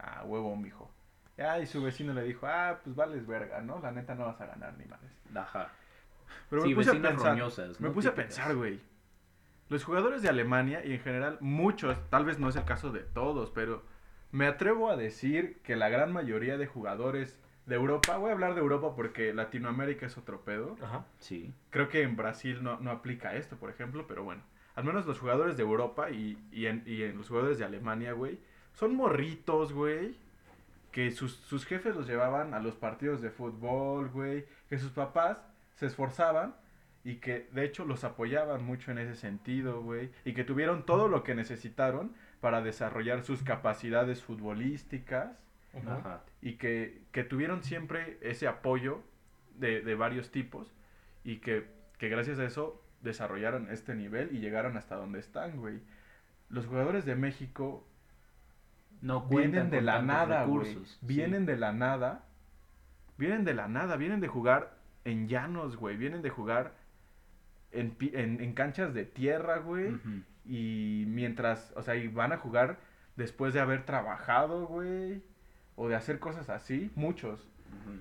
Speaker 1: ah, huevo, mijo. Ya, y su vecino le dijo, ah, pues vales verga, ¿no? La neta no vas a ganar ni madres.
Speaker 3: Ajá.
Speaker 1: Pero
Speaker 3: sí,
Speaker 1: me puse a
Speaker 3: vecinas
Speaker 1: pensar,
Speaker 3: roñosas,
Speaker 1: me
Speaker 3: ¿no?
Speaker 1: puse a
Speaker 3: Típicas.
Speaker 1: pensar, güey. Los jugadores de Alemania y en general muchos, tal vez no es el caso de todos, pero me atrevo a decir que la gran mayoría de jugadores de Europa, voy a hablar de Europa porque Latinoamérica es otro pedo.
Speaker 2: Ajá.
Speaker 3: Sí.
Speaker 1: Creo que en Brasil no, no aplica esto, por ejemplo, pero bueno. Al menos los jugadores de Europa y, y en, y en los jugadores de Alemania, güey, son morritos, güey. Que sus, sus jefes los llevaban a los partidos de fútbol, güey. Que sus papás se esforzaban y que de hecho los apoyaban mucho en ese sentido, güey. Y que tuvieron todo lo que necesitaron para desarrollar sus capacidades futbolísticas
Speaker 2: Ajá.
Speaker 3: Ajá.
Speaker 1: y que, que tuvieron siempre ese apoyo de, de varios tipos y que, que gracias a eso desarrollaron este nivel y llegaron hasta donde están, güey. Los jugadores de México
Speaker 3: No cuentan
Speaker 1: vienen de
Speaker 3: con
Speaker 1: la
Speaker 3: tantos
Speaker 1: nada, güey.
Speaker 3: recursos, sí.
Speaker 1: Vienen de la nada. Vienen de la nada, vienen de jugar en llanos, güey. Vienen de jugar en, pi- en, en canchas de tierra, güey.
Speaker 3: Ujú.
Speaker 1: Y mientras, o sea, y van a jugar después de haber trabajado, güey. O de hacer cosas así, muchos,
Speaker 3: Ujú.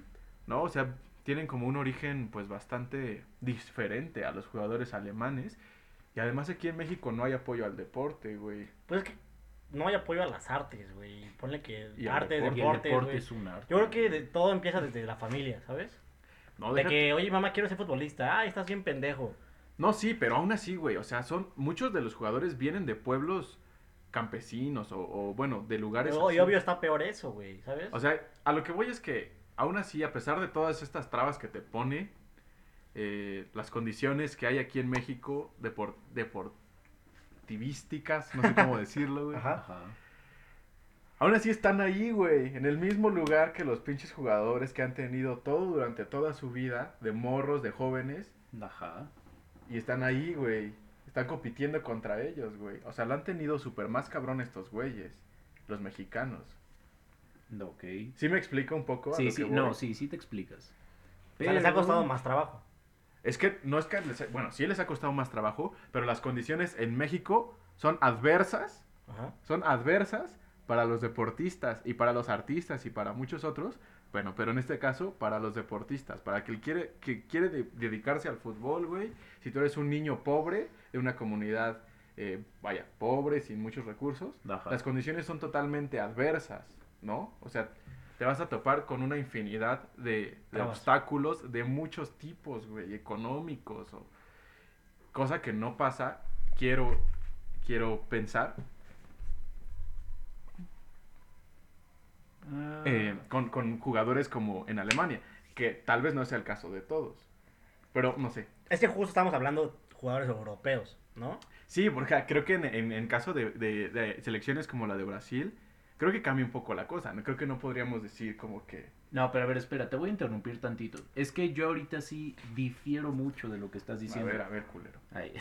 Speaker 1: ¿no? O sea, tienen como un origen pues bastante diferente a los jugadores alemanes. Y además aquí en México no hay apoyo al deporte, güey.
Speaker 2: Pues es que no hay apoyo a las artes, güey. Ponle que
Speaker 1: Y al
Speaker 2: arte,
Speaker 1: deporte.
Speaker 2: deporte,
Speaker 3: Porque el deporte
Speaker 2: güey.
Speaker 3: es un arte.
Speaker 2: Yo creo que de- todo empieza desde la familia, ¿sabes?
Speaker 1: No,
Speaker 2: De
Speaker 1: deja-
Speaker 2: que, oye, mamá, quiero ser futbolista. Ay, estás bien pendejo.
Speaker 1: No, sí, pero aún así, güey, o sea, son muchos de los jugadores vienen de pueblos campesinos o, o, bueno, de lugares
Speaker 2: Pero,
Speaker 1: así.
Speaker 2: y obvio está peor eso, güey, ¿sabes?
Speaker 1: O sea, a lo que voy es que aún así, a pesar de todas estas trabas que te pone, eh, las condiciones que hay aquí en México depor- deportivísticas, no sé
Speaker 2: (laughs)
Speaker 1: cómo decirlo, güey.
Speaker 2: Ajá.
Speaker 3: Ajá.
Speaker 1: Aún así están ahí, güey, en el mismo lugar que los pinches jugadores que han tenido todo durante toda su vida, de morros, de jóvenes,
Speaker 3: Ajá.
Speaker 1: y están ahí, güey. Están compitiendo contra ellos, güey. O sea, la han tenido súper más cabrón estos güeyes, los mexicanos.
Speaker 3: Ok.
Speaker 1: ¿Sí me explica un poco? a lo
Speaker 3: Sí,
Speaker 1: que
Speaker 3: sí,
Speaker 1: voy?
Speaker 3: no, sí, sí te explicas.
Speaker 2: O sea, les ha
Speaker 3: Pero-
Speaker 2: costado más trabajo.
Speaker 1: Es que no es que les, bueno, sí les ha costado más trabajo, pero las condiciones en México son adversas,
Speaker 2: Ajá.
Speaker 1: son adversas para los deportistas y para los artistas y para muchos otros. Bueno, pero en este caso para los deportistas, para que quiere que quiere de- dedicarse al fútbol, güey. Si tú eres un niño pobre de una comunidad eh, vaya, pobre, sin muchos recursos,
Speaker 3: Ajá.
Speaker 1: las condiciones son totalmente adversas, ¿no? O sea, te vas a topar con una infinidad de, de
Speaker 2: Trabas.
Speaker 1: obstáculos de muchos tipos, güey, económicos, o, cosa que no pasa, quiero, quiero pensar,
Speaker 3: Ah.
Speaker 1: eh, con, con jugadores como en Alemania, que tal vez no sea el caso de todos, pero no sé.
Speaker 2: Es que justo estamos hablando de jugadores europeos, ¿no?
Speaker 1: Sí, porque creo que en, en, en caso de, de- de selecciones como la de Brasil, creo que cambia un poco la cosa, ¿no? Creo que no podríamos decir como que...
Speaker 3: No, pero a ver, espera, te voy a interrumpir tantito. Es que yo ahorita sí difiero mucho de lo que estás
Speaker 1: A
Speaker 3: diciendo.
Speaker 1: ver, a ver, culero.
Speaker 3: Ay.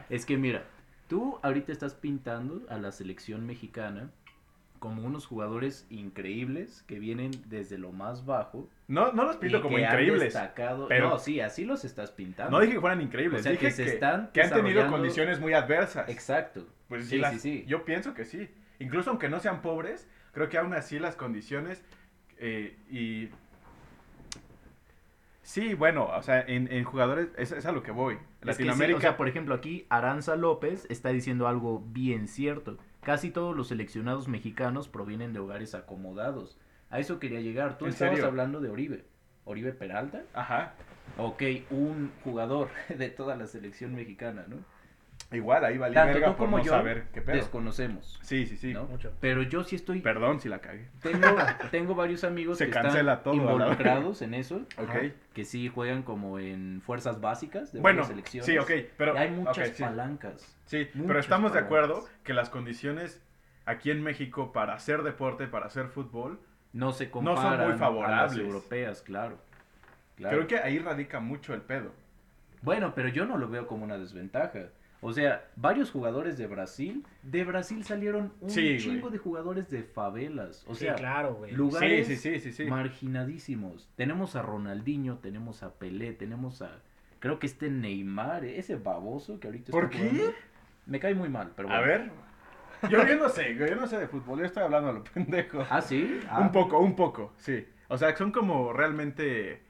Speaker 3: (laughs) es que mira, tú ahorita estás pintando a la selección mexicana como unos jugadores increíbles que vienen desde lo más bajo.
Speaker 1: No, no los pinto
Speaker 3: y
Speaker 1: como
Speaker 3: que han
Speaker 1: increíbles.
Speaker 3: destacado-
Speaker 1: pero-
Speaker 3: No, sí, así los estás pintando.
Speaker 1: No dije que fueran increíbles,
Speaker 3: O sea,
Speaker 1: dije
Speaker 3: que se están
Speaker 1: que han tenido
Speaker 3: desarrollando-
Speaker 1: condiciones muy adversas.
Speaker 3: Exacto.
Speaker 1: Pues sí,
Speaker 3: sí,
Speaker 1: las-
Speaker 3: sí, sí.
Speaker 1: Yo pienso que sí. Incluso aunque no sean pobres, creo que aún así las condiciones eh, y... Sí, bueno, o sea, en, en jugadores, es, es a lo que voy.
Speaker 3: Es que sí,
Speaker 1: Latinoamérica,
Speaker 3: o sea, por ejemplo, aquí Aranza López está diciendo algo bien cierto. Casi todos los seleccionados mexicanos provienen de hogares acomodados. A eso quería llegar. Tú
Speaker 1: ¿En
Speaker 3: estabas
Speaker 1: serio?
Speaker 3: hablando de Oribe. Oribe Peralta.
Speaker 1: ajá,
Speaker 3: Ok, un jugador (laughs) de toda la selección mexicana, ¿no?
Speaker 1: igual ahí valía
Speaker 3: Tanto
Speaker 1: verga
Speaker 3: tú
Speaker 1: por
Speaker 3: como
Speaker 1: no
Speaker 3: yo
Speaker 1: saber qué pedo.
Speaker 3: desconocemos.
Speaker 1: Sí, sí, sí.
Speaker 3: ¿no?
Speaker 2: Mucho.
Speaker 3: Pero yo sí estoy...
Speaker 1: Perdón si la cagué.
Speaker 3: Tengo, (laughs) tengo varios amigos
Speaker 1: Se
Speaker 3: que
Speaker 1: cancela
Speaker 3: están
Speaker 1: todo, a la verga.
Speaker 3: involucrados en eso.
Speaker 1: Ok.
Speaker 3: Ajá, Que sí juegan como en fuerzas básicas de
Speaker 1: Bueno,
Speaker 3: varias selecciones.
Speaker 1: sí, ok, pero...
Speaker 3: Y hay muchas
Speaker 1: ok, sí.
Speaker 3: palancas.
Speaker 1: Sí, pero
Speaker 3: Muchas
Speaker 1: estamos de acuerdo
Speaker 3: palabras.
Speaker 1: que las condiciones aquí en México para hacer deporte, para hacer fútbol,
Speaker 3: no se
Speaker 1: son muy
Speaker 3: comparan a las
Speaker 1: favorables.
Speaker 3: europeas, claro. claro.
Speaker 1: creo que ahí radica mucho el pedo.
Speaker 3: Bueno, pero yo no lo veo como una desventaja. O sea, varios jugadores de Brasil, de Brasil salieron un
Speaker 1: Sí, güey.
Speaker 3: chingo de jugadores de favelas. O
Speaker 2: sí,
Speaker 3: sea,
Speaker 2: claro, güey.
Speaker 3: Lu- Lugares
Speaker 1: sí, sí, sí, sí, sí.
Speaker 3: marginadísimos. Tenemos a Ronaldinho, tenemos a Pelé, tenemos a... Creo que este Neymar, eh, ese baboso que ahorita
Speaker 1: ¿Por
Speaker 3: está
Speaker 1: qué?
Speaker 3: jugando, me cae muy mal, pero
Speaker 1: A
Speaker 3: bueno.
Speaker 1: ver. Yo, yo no sé, güey, yo no sé de fútbol, yo estoy hablando a lo pendejo.
Speaker 3: Ah, sí. Ah,
Speaker 1: Un poco, un poco, sí. O sea, son como realmente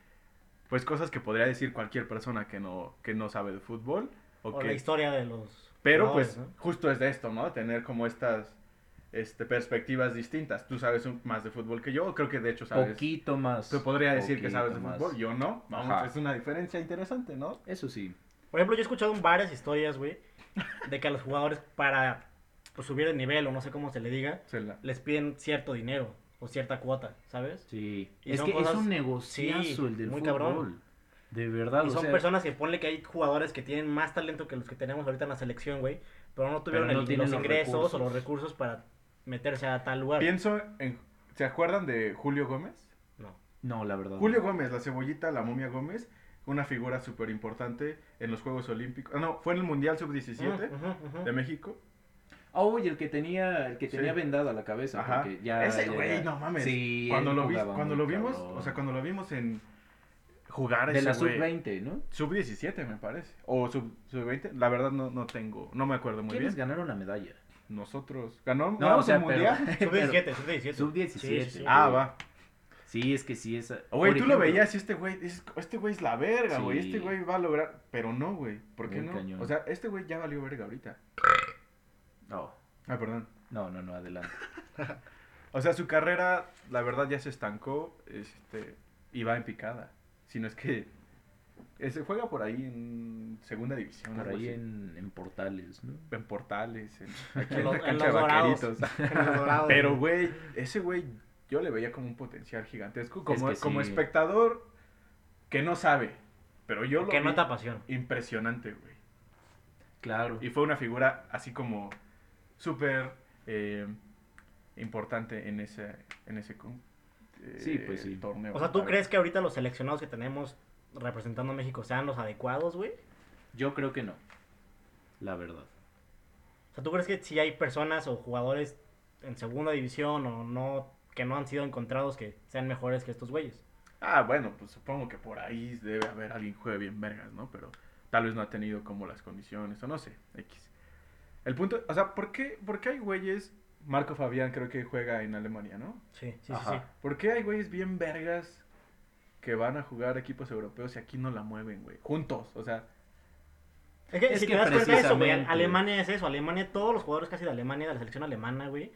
Speaker 1: pues cosas que podría decir cualquier persona que no que no sabe de fútbol o
Speaker 2: O
Speaker 1: que-
Speaker 2: la historia de los.
Speaker 1: pero
Speaker 2: jugadores,
Speaker 1: pues
Speaker 2: ¿no?
Speaker 1: justo es de esto, ¿no? Tener como estas este perspectivas distintas. Tú sabes un- más de fútbol que yo, creo que de hecho sabes.
Speaker 3: Poquito más.
Speaker 1: Tú podría decir que
Speaker 3: poquito
Speaker 1: sabes de
Speaker 3: más.
Speaker 1: fútbol, yo no. Vamos,
Speaker 3: Ajá.
Speaker 1: es una diferencia interesante, ¿no?
Speaker 3: Eso sí.
Speaker 2: Por ejemplo, yo he escuchado en varias historias, güey, de que a los jugadores para pues, subir de nivel o no sé cómo se le diga,
Speaker 1: Se la-
Speaker 2: les piden cierto dinero o cierta cuota, ¿sabes?
Speaker 3: Sí.
Speaker 2: Y
Speaker 3: es
Speaker 2: son
Speaker 3: que es
Speaker 2: cosas-
Speaker 3: un negociazo
Speaker 2: sí,
Speaker 3: el del
Speaker 2: muy
Speaker 3: fútbol.
Speaker 2: cabrón.
Speaker 3: De verdad,
Speaker 2: Y
Speaker 3: o
Speaker 2: son
Speaker 3: sea,
Speaker 2: personas que ponle que hay jugadores que tienen más talento que los que tenemos ahorita en la selección, güey, pero no tuvieron
Speaker 3: Pero no
Speaker 2: el-
Speaker 3: tienen
Speaker 2: los
Speaker 3: los
Speaker 2: ingresos o
Speaker 3: recursos.
Speaker 2: los recursos para meterse a tal lugar.
Speaker 1: Pienso en ¿Se acuerdan de Julio Gómez?
Speaker 2: No.
Speaker 3: No, la verdad.
Speaker 1: Julio Gómez, la cebollita, la momia Gómez, una figura súper importante en los Juegos Olímpicos. Ah, no, fue en el Mundial Sub-17
Speaker 2: Ujú, ujú, ujú.
Speaker 1: de México.
Speaker 3: Oh, y el que tenía, el que
Speaker 1: Sí.
Speaker 3: tenía vendada la cabeza.
Speaker 1: Ajá.
Speaker 3: porque ya-
Speaker 1: Ese
Speaker 3: ya-
Speaker 1: güey,
Speaker 3: ya-
Speaker 1: no mames.
Speaker 3: Sí,
Speaker 1: cuando
Speaker 3: él
Speaker 1: lo, vi-
Speaker 3: jugaba
Speaker 1: cuando
Speaker 3: muy
Speaker 1: lo vimos,
Speaker 3: cabrón.
Speaker 1: o sea, cuando lo vimos en jugar a
Speaker 3: De
Speaker 1: ese
Speaker 3: la
Speaker 1: güey.
Speaker 3: sub-20, ¿no?
Speaker 1: Sub 17 me parece. O sub, sub 20. La verdad no, no tengo, no me acuerdo muy
Speaker 3: ¿Quiénes
Speaker 1: bien.
Speaker 3: ganaron la medalla?
Speaker 1: Nosotros ganamos,
Speaker 3: No,
Speaker 1: ganamos
Speaker 3: o sea,
Speaker 1: el
Speaker 3: pero-
Speaker 1: mundial.
Speaker 3: (laughs) pero-
Speaker 2: Sub-17, sub-17.
Speaker 3: Sub-17.
Speaker 1: Ah, va.
Speaker 3: Sí, es que sí, esa.
Speaker 1: Güey,
Speaker 3: Por
Speaker 1: tú lo
Speaker 3: ejemplo,
Speaker 1: veías y este güey, dices, este güey es la verga, güey.
Speaker 3: Sí.
Speaker 1: Este güey va a lograr, pero no, güey. ¿Por qué
Speaker 3: Muy
Speaker 1: no?
Speaker 3: cañón.
Speaker 1: O sea, este güey ya valió verga ahorita.
Speaker 3: No,
Speaker 1: Ah, perdón.
Speaker 3: no, no,
Speaker 1: (laughs)
Speaker 3: no, adelante.
Speaker 1: O sea, su carrera, la verdad, ya se estancó, este, y va en picada. Si no es que eh, se juega por ahí en segunda división.
Speaker 3: Por
Speaker 1: algo
Speaker 3: ahí
Speaker 1: así.
Speaker 3: en, en portales, ¿no?
Speaker 1: en portales,
Speaker 3: (laughs)
Speaker 1: en, aquí
Speaker 2: En
Speaker 1: en,
Speaker 2: los-
Speaker 1: la
Speaker 2: en
Speaker 1: cancha de
Speaker 2: los dorados.
Speaker 1: vaqueritos. Pero,
Speaker 2: Pero,
Speaker 1: güey, ese güey yo le veía como un potencial gigantesco, como,
Speaker 3: que sí.
Speaker 1: como espectador que no sabe, pero yo lo
Speaker 2: Que no
Speaker 1: vi
Speaker 2: te apasiona.
Speaker 1: impresionante, güey.
Speaker 3: Claro.
Speaker 1: Y fue una figura así como súper eh, importante en ese, en ese con- eh,
Speaker 3: Sí, pues sí.
Speaker 1: torneo.
Speaker 2: O sea, ¿tú
Speaker 1: Para-
Speaker 2: crees que ahorita los seleccionados que tenemos representando a México sean los adecuados, güey?
Speaker 3: Yo creo que no. La verdad.
Speaker 2: O sea, ¿tú crees que si hay personas o jugadores en segunda división o no que no han sido encontrados que sean mejores que estos güeyes?
Speaker 1: Ah, bueno, pues supongo que por ahí debe haber alguien que juegue bien vergas, ¿no? Pero tal vez no ha tenido como las condiciones, o no sé, X. El punto, o sea, ¿por qué, por qué hay güeyes, Marco Fabián creo que juega en Alemania, ¿no?
Speaker 2: Sí, sí, sí,
Speaker 3: Ajá.
Speaker 1: ¿Por qué hay güeyes bien vergas que van a jugar equipos europeos y aquí no la mueven, güey? Juntos, o sea,
Speaker 2: sí. Es que
Speaker 3: Es
Speaker 2: si
Speaker 3: que
Speaker 2: te das cuenta de eso, güey,
Speaker 3: precisamente.
Speaker 2: Alemania es eso. Alemania, todos los jugadores casi de Alemania, de la selección alemana, güey,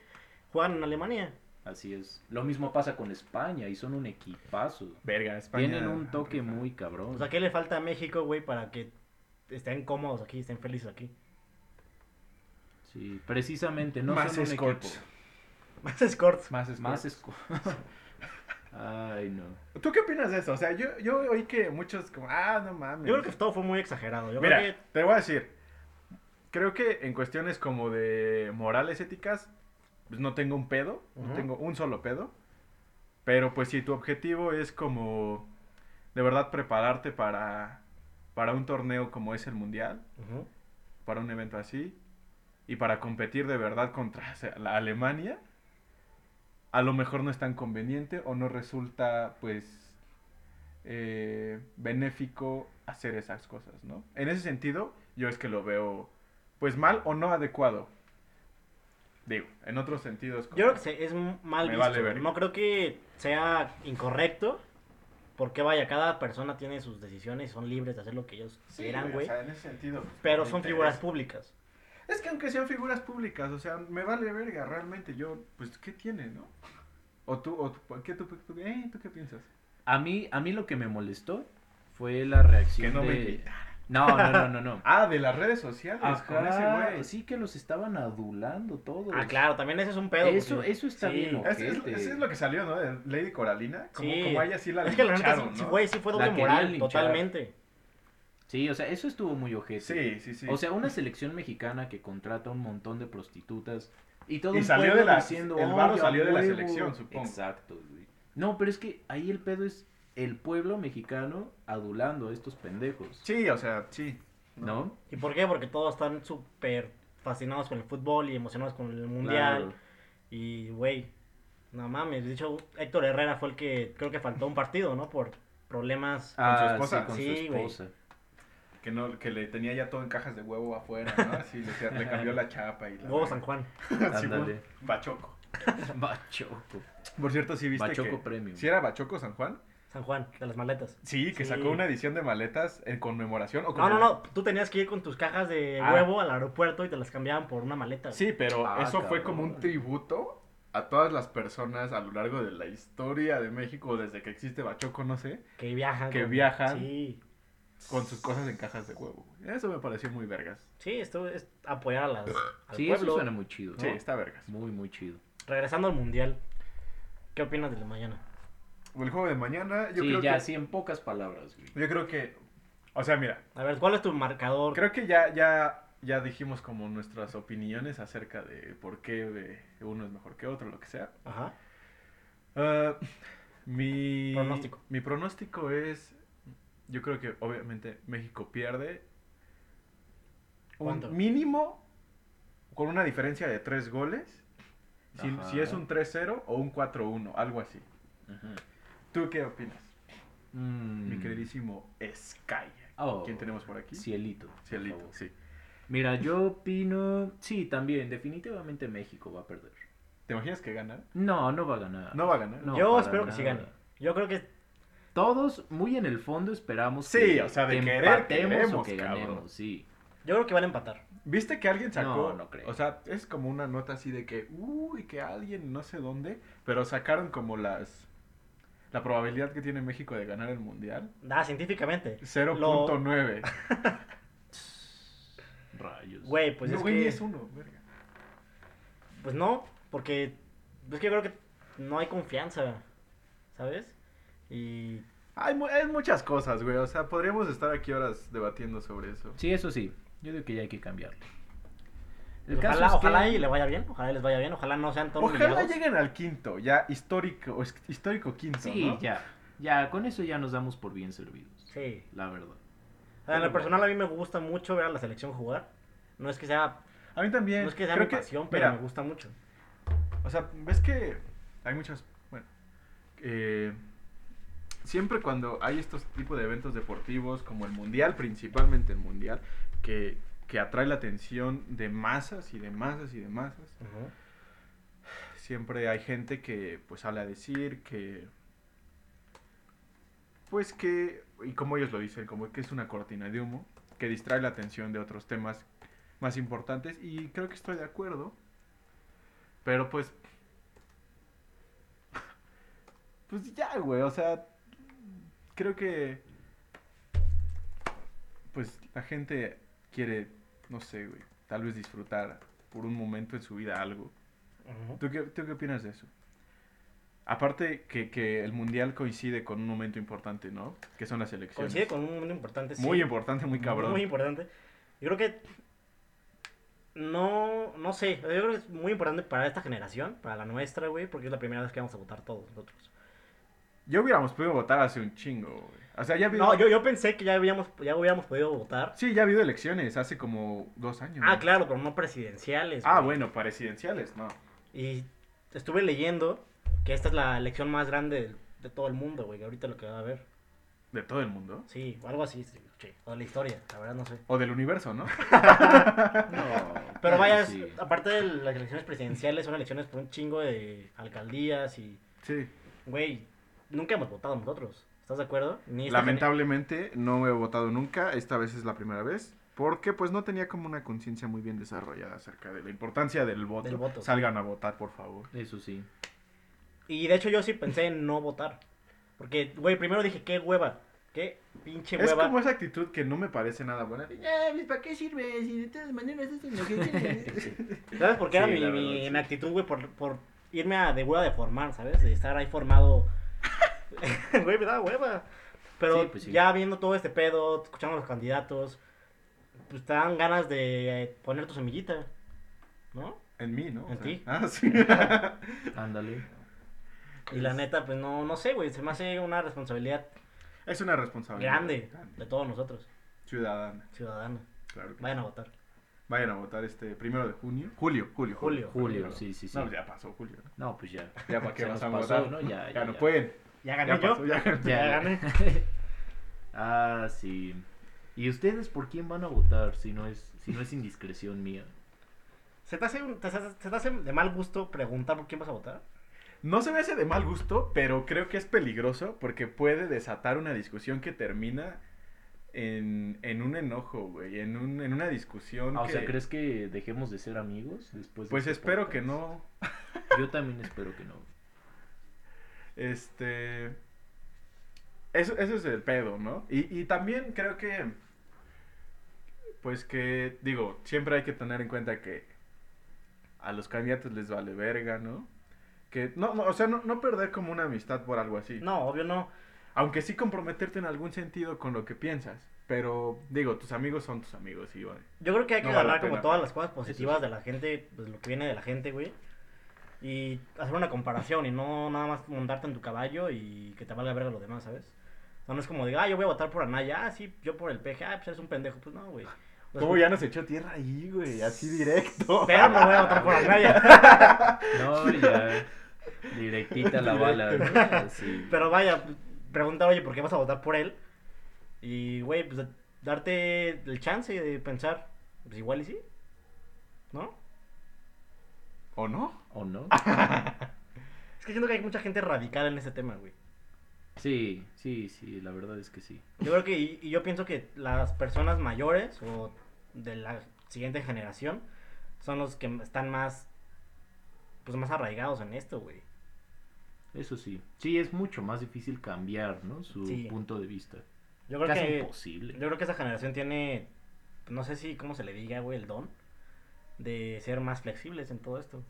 Speaker 2: juegan en Alemania.
Speaker 3: Así es. Lo mismo pasa con España y son un equipazo.
Speaker 1: verga, España.
Speaker 3: Tienen un toque
Speaker 1: rifa.
Speaker 3: muy cabrón.
Speaker 2: O sea, ¿qué le falta a México, güey, para que estén cómodos aquí, estén felices aquí? (laughs)
Speaker 3: Sí, precisamente. No
Speaker 1: Más
Speaker 3: son un
Speaker 1: escorts.
Speaker 3: equipo.
Speaker 2: Más Scorts.
Speaker 1: Más, escorts. (laughs)
Speaker 3: Más escorts. Ay, no.
Speaker 1: ¿Tú qué opinas de eso? O sea, yo, yo oí que muchos como, ah, no mames.
Speaker 2: Yo creo que todo fue muy exagerado. Yo
Speaker 1: Mira,
Speaker 2: creo que
Speaker 1: te voy a decir. Creo que en cuestiones como de morales éticas, pues no tengo un pedo, no
Speaker 2: Ujú.
Speaker 1: tengo un solo pedo. Pero pues si tu objetivo es como de verdad prepararte para, para un torneo como es el mundial,
Speaker 2: Ujú.
Speaker 1: para un evento así, y para competir de verdad contra o sea, la Alemania, a lo mejor no es tan conveniente o no resulta pues eh, benéfico hacer esas cosas, ¿no? En ese sentido, yo es que lo veo pues mal o no adecuado. Digo, en otros sentidos.
Speaker 2: Yo creo que se- es m- mal
Speaker 1: Me
Speaker 2: visto.
Speaker 1: vale verga.
Speaker 2: no creo que sea incorrecto. Porque vaya, cada persona tiene sus decisiones y son libres de hacer lo que ellos quieran, güey.
Speaker 1: en ese sentido.
Speaker 2: pero son figuras públicas.
Speaker 1: Es que aunque sean figuras públicas, o sea, me vale verga realmente. Yo, pues, ¿qué tiene, no? O tú, o tú- ¿qué tú, tú- eh, ¿tú qué piensas?
Speaker 3: A mí, a mí lo que me molestó fue la reacción
Speaker 1: Que no me
Speaker 3: de... No, no, no, no, no.
Speaker 1: (laughs) Ah, de las redes sociales, con ese
Speaker 3: Ajá,
Speaker 1: güey.
Speaker 3: sí que los estaban adulando todos.
Speaker 2: Ah, claro, también ese es un pedo.
Speaker 3: Eso-
Speaker 2: porque-
Speaker 3: eso está bien, ¿no?
Speaker 1: Es, es- es- es lo que salió, ¿no? De Lady Coralina. Como,
Speaker 2: Sí.
Speaker 1: como a ella sí la
Speaker 2: Es que (laughs) la neta, sí,
Speaker 1: lincharon,
Speaker 2: sí,
Speaker 1: ¿no?
Speaker 2: güey, sí fue
Speaker 3: La
Speaker 2: doble
Speaker 3: querían
Speaker 2: moral,
Speaker 3: linchar.
Speaker 2: totalmente.
Speaker 3: Sí, o sea, eso estuvo muy ojete.
Speaker 1: Sí, sí, sí.
Speaker 3: O sea, una selección mexicana que contrata un montón de prostitutas y todo
Speaker 1: Y
Speaker 3: un
Speaker 1: salió
Speaker 3: pueblo
Speaker 1: de la-
Speaker 3: diciendo,
Speaker 1: el varo
Speaker 3: "Ay, a
Speaker 1: salió de la
Speaker 3: huevo".
Speaker 1: selección, supongo.
Speaker 3: Exacto, güey. No, pero es que ahí el pedo es el pueblo mexicano adulando a estos pendejos,
Speaker 1: sí, o sea, sí.
Speaker 3: ¿no?
Speaker 2: ¿Y por qué? Porque todos están súper fascinados con el fútbol y emocionados con el mundial.
Speaker 3: Claro.
Speaker 2: Y, güey, no mames. De hecho, Héctor Herrera fue el que creo que faltó un partido, ¿no? Por problemas.
Speaker 3: Ah,
Speaker 1: su esposa.
Speaker 3: sí, con
Speaker 2: Sí,
Speaker 3: su
Speaker 2: güey.
Speaker 3: esposa.
Speaker 2: (laughs)
Speaker 1: Que, no, que le tenía ya todo en cajas de huevo afuera, ¿no? Así, le,
Speaker 2: (laughs)
Speaker 1: le cambió la chapa y la...
Speaker 2: Huevo San Juan.
Speaker 3: Ándale.
Speaker 1: Bachoco.
Speaker 3: Bachoco.
Speaker 1: Por cierto, sí viste
Speaker 3: Bachoco
Speaker 1: que...
Speaker 3: Premium.
Speaker 1: ¿Sí era Bachoco San Juan?
Speaker 2: San Juan, de las maletas.
Speaker 1: Sí, que
Speaker 2: Sí.
Speaker 1: sacó una edición de maletas en conmemoración o
Speaker 2: No, no,
Speaker 1: conmemora-
Speaker 2: no. Tú tenías que ir con tus cajas de
Speaker 1: Ah.
Speaker 2: huevo al aeropuerto y te las cambiaban por una maleta.
Speaker 1: Sí, pero
Speaker 3: Ah,
Speaker 1: eso fue
Speaker 3: cabrón.
Speaker 1: como un tributo a todas las personas a lo largo de la historia de México, desde que existe Bachoco, no sé,
Speaker 2: Que viajan.
Speaker 1: Que
Speaker 2: güey.
Speaker 1: viajan.
Speaker 2: Sí.
Speaker 1: con sus cosas en cajas de huevo. güey. Eso me pareció muy vergas.
Speaker 2: Sí, esto es apoyar a las, al
Speaker 3: Sí,
Speaker 2: pueblo.
Speaker 3: eso suena muy chido.
Speaker 1: Sí,
Speaker 3: ¿no?
Speaker 1: está vergas.
Speaker 3: Muy, muy chido.
Speaker 2: Regresando al mundial. ¿Qué opinas del de mañana?
Speaker 1: El juego de mañana, yo
Speaker 3: sí,
Speaker 1: creo
Speaker 3: ya,
Speaker 1: que...
Speaker 3: sí, en pocas palabras, güey.
Speaker 1: Yo creo que... O sea, mira,
Speaker 2: A ver, ¿cuál es tu marcador?
Speaker 1: creo que ya, ya, ya dijimos como nuestras opiniones acerca de por qué eh, uno es mejor que otro, lo que sea.
Speaker 2: Ajá.
Speaker 1: Ah, mi
Speaker 2: Pronóstico.
Speaker 1: Mi pronóstico es, yo creo que obviamente México pierde un
Speaker 2: ¿Cuánto?
Speaker 1: mínimo con una diferencia de tres goles, si,
Speaker 3: Ajá.
Speaker 1: si es un 3-0 o un 4-1, algo así.
Speaker 3: Ujú.
Speaker 1: ¿Tú qué opinas?
Speaker 3: Mm.
Speaker 1: Mi queridísimo Sky.
Speaker 3: Oh,
Speaker 1: ¿Quién tenemos por aquí?
Speaker 3: Cielito. por
Speaker 1: Cielito,
Speaker 3: favor.
Speaker 1: sí.
Speaker 3: Mira, yo opino. Sí, también. Definitivamente México va a perder.
Speaker 1: ¿Te imaginas que gana?
Speaker 3: No, no va a ganar.
Speaker 1: No va a ganar.
Speaker 3: No,
Speaker 2: Yo
Speaker 3: para
Speaker 2: espero que sí
Speaker 3: nada.
Speaker 2: gane. Yo creo que
Speaker 3: Todos, muy en el fondo, esperamos
Speaker 1: Sí, o sea, de querer
Speaker 3: empatemos o
Speaker 1: queremos,
Speaker 3: que
Speaker 1: cabrón.
Speaker 3: ganemos, sí.
Speaker 2: yo creo que van a empatar.
Speaker 1: ¿Viste que alguien sacó?
Speaker 3: No, no creo.
Speaker 1: O sea, es como una nota así de que, uy, que alguien, no sé dónde, pero sacaron como las. La probabilidad que tiene México de ganar el mundial:
Speaker 2: Ah, científicamente.
Speaker 1: 0.9.
Speaker 3: Rayos.
Speaker 2: Güey, pues
Speaker 1: no,
Speaker 2: es
Speaker 1: güey, ni
Speaker 2: que
Speaker 1: es uno, verga.
Speaker 2: pues no, porque es que yo creo que no hay confianza, ¿sabes? Y
Speaker 1: Hay, mu- hay muchas cosas, güey. O sea, podríamos estar aquí horas debatiendo sobre eso.
Speaker 3: Sí, eso sí. Yo digo que ya hay que cambiarlo. El caso
Speaker 2: ojalá,
Speaker 3: es que-
Speaker 2: ojalá y le vaya bien, ojalá y les vaya bien, ojalá no sean tan
Speaker 1: Ojalá
Speaker 2: humillados.
Speaker 1: lleguen al quinto, ya histórico, o es- histórico quinto.
Speaker 3: Sí,
Speaker 1: ¿no?
Speaker 3: ya. Ya, con eso ya nos damos por bien servidos.
Speaker 2: Sí.
Speaker 3: La
Speaker 1: (laughs)
Speaker 3: verdad.
Speaker 2: O sea, en lo personal a mí me gusta mucho ver a la selección jugar. No es que sea,
Speaker 1: A mí también.
Speaker 2: no es que sea
Speaker 1: creo
Speaker 2: mi pasión, pero
Speaker 1: mira,
Speaker 2: me gusta mucho.
Speaker 1: O sea, ves que hay muchas. Bueno. eh, siempre cuando hay estos tipos de eventos deportivos, como el mundial, principalmente el mundial, que, que atrae la atención de masas y de masas y de masas,
Speaker 2: Ujú.
Speaker 1: siempre hay gente que pues sale a decir que. Pues que. Y como ellos lo dicen, como que es una cortina de humo que distrae la atención de otros temas más importantes. Y creo que estoy de acuerdo. Pero pues. (laughs) Pues ya, güey. O sea. Creo que. Pues la gente quiere. No sé, güey. Tal vez disfrutar por un momento en su vida algo.
Speaker 2: Ujú.
Speaker 1: ¿Tú qué, tú qué opinas de eso? Aparte que, que el mundial coincide con un momento importante, ¿no? Que son las elecciones.
Speaker 2: Coincide con un mundo importante. sí.
Speaker 1: Muy importante, muy cabrón.
Speaker 2: Muy importante. Yo creo que no, no sé, yo creo que es muy importante para esta generación, para la nuestra, güey, porque es la primera vez que vamos a votar todos nosotros.
Speaker 1: Yo hubiéramos podido votar hace un chingo, güey. O sea, ya ha habido...
Speaker 2: No, yo, yo pensé que ya habíamos, ya hubiéramos podido votar.
Speaker 1: Sí, ya ha habido elecciones hace como dos años.
Speaker 2: Ah,
Speaker 1: ¿no?
Speaker 2: claro, pero no presidenciales.
Speaker 1: Mm. Ah,
Speaker 2: güey.
Speaker 1: bueno, presidenciales, no.
Speaker 2: Y estuve leyendo que esta es la elección más grande de, de todo el mundo, güey, que ahorita lo que va a haber.
Speaker 1: De todo el mundo.
Speaker 2: Sí, o algo así, sí, sí, o de la historia, la verdad no sé.
Speaker 1: O del universo, ¿no? (laughs)
Speaker 3: No,
Speaker 1: Ah,
Speaker 2: Pero vaya, es-
Speaker 3: sí.
Speaker 2: aparte de las elecciones presidenciales, son elecciones por un chingo de alcaldías y
Speaker 1: Sí.
Speaker 2: Güey, nunca hemos votado nosotros. ¿Estás de acuerdo? Ni esta
Speaker 1: Lamentablemente no he votado nunca. Esta vez es la primera vez. Porque pues no tenía como una conciencia muy bien desarrollada acerca de la importancia del voto.
Speaker 2: Del voto, sí.
Speaker 1: Salgan a votar, por favor.
Speaker 3: Eso sí. (laughs)
Speaker 2: gene- Y de hecho yo sí pensé en no votar. Porque, güey, primero dije, qué hueva. Qué pinche
Speaker 1: Es
Speaker 2: hueva.
Speaker 1: como esa actitud que no me parece nada buena.
Speaker 3: ¿para qué sirve? Si de todas maneras hacen lo que
Speaker 2: ¿Sabes por qué
Speaker 3: Sí,
Speaker 2: era mi,
Speaker 3: la
Speaker 2: mi-
Speaker 3: verdad, sí.
Speaker 2: mi actitud, güey? Por, por irme a de hueva de formar, ¿sabes? De estar ahí formado. (laughs) Güey, me da hueva. Pero
Speaker 3: Sí, pues sí.
Speaker 2: ya viendo todo este pedo, escuchando a los candidatos, pues te dan ganas de eh, poner tu semillita. ¿No?
Speaker 1: (laughs) En mí, ¿no? O
Speaker 2: En
Speaker 1: sea,
Speaker 2: ti.
Speaker 1: Ah,
Speaker 3: (laughs)
Speaker 1: sí.
Speaker 3: Ándale.
Speaker 2: Y la neta, pues no, no sé, güey. Se me hace una responsabilidad
Speaker 1: es una responsabilidad.
Speaker 2: grande de todos nosotros,
Speaker 1: Ciudadana,
Speaker 2: ciudadanos.
Speaker 1: claro. que
Speaker 2: Vayan a
Speaker 1: sí.
Speaker 2: votar.
Speaker 1: Vayan a votar este primero de junio. Julio, julio.
Speaker 2: Julio.
Speaker 3: Julio, sí, sí, sí.
Speaker 1: No, pues ya pasó julio. ¿no?
Speaker 3: No, pues ya.
Speaker 1: Ya
Speaker 3: (laughs)
Speaker 1: para qué
Speaker 3: Se
Speaker 1: vas
Speaker 3: nos
Speaker 1: a
Speaker 3: pasó,
Speaker 1: votar.
Speaker 3: ¿no?
Speaker 1: Ya,
Speaker 3: Ya,
Speaker 1: no
Speaker 3: ya.
Speaker 1: pueden.
Speaker 2: Ya
Speaker 1: Ya
Speaker 2: gané
Speaker 1: pasó,
Speaker 2: yo.
Speaker 1: ya gané.
Speaker 2: Ya gané. (laughs)
Speaker 3: Ah, sí. ¿Y ustedes por quién van a votar si no es, si no es indiscreción mía?
Speaker 2: ¿Se te, hace un- te- se- se te hace de mal gusto preguntar por quién vas a votar?
Speaker 1: No se me hace de mal gusto, pero creo que es peligroso porque puede desatar una discusión que termina en, en un enojo, güey. En, un, en una discusión.
Speaker 3: Ah, o
Speaker 1: que-
Speaker 3: sea, ¿crees que dejemos de ser amigos después de
Speaker 1: Pues
Speaker 3: este
Speaker 1: espero
Speaker 3: podcast?
Speaker 1: que no.
Speaker 3: Yo también espero que no.
Speaker 1: Este. Eso, eso es el pedo, ¿no? Y, y también creo que. Pues que, digo, siempre hay que tener en cuenta que a los candidatos les vale verga, ¿no? Que, no, no, o sea, no, no perder como una amistad por algo así.
Speaker 2: No, obvio no.
Speaker 1: Aunque sí comprometerte en algún sentido con lo que piensas. Pero, digo, tus amigos son tus amigos, y vale.
Speaker 2: Yo creo que hay que
Speaker 1: No vale
Speaker 2: ganar
Speaker 1: la
Speaker 2: como
Speaker 1: pena.
Speaker 2: todas las cosas positivas
Speaker 1: Eso
Speaker 2: de la gente, pues lo que viene de la gente, güey. Y hacer una comparación y no nada más montarte en tu caballo y que te valga verga lo demás, ¿sabes? O sea, no es como de, ah, yo voy a votar por Anaya, ah, sí, yo por el PG, ah, pues eres un pendejo. Pues no, güey.
Speaker 1: ¿Cómo ya nos echó tierra ahí, güey? Así directo.
Speaker 2: Pero me voy a votar
Speaker 1: (laughs)
Speaker 2: por Anaya.
Speaker 3: No, ya. Directita la bala.
Speaker 1: Directo.
Speaker 3: güey, sí.
Speaker 2: Pero vaya, preguntar, oye, ¿por qué vas a votar por él? Y, güey, pues darte el chance de pensar, pues igual y sí. ¿No?
Speaker 1: ¿O no?
Speaker 3: ¿O no?
Speaker 2: Es que siento que hay mucha gente radical en ese tema, güey.
Speaker 3: Sí, sí, sí, la verdad es que sí.
Speaker 2: Yo creo que, y, y yo pienso que las personas mayores o de la siguiente generación son los que están más, pues más arraigados en esto, güey.
Speaker 3: Eso sí. Sí, es mucho más difícil cambiar, ¿no? Su
Speaker 2: Sí.
Speaker 3: punto de vista.
Speaker 2: Yo creo
Speaker 3: Casi
Speaker 2: que,
Speaker 3: imposible.
Speaker 2: yo creo que esa generación tiene, no sé si, cómo se le diga, güey, el don de ser más flexibles en todo esto.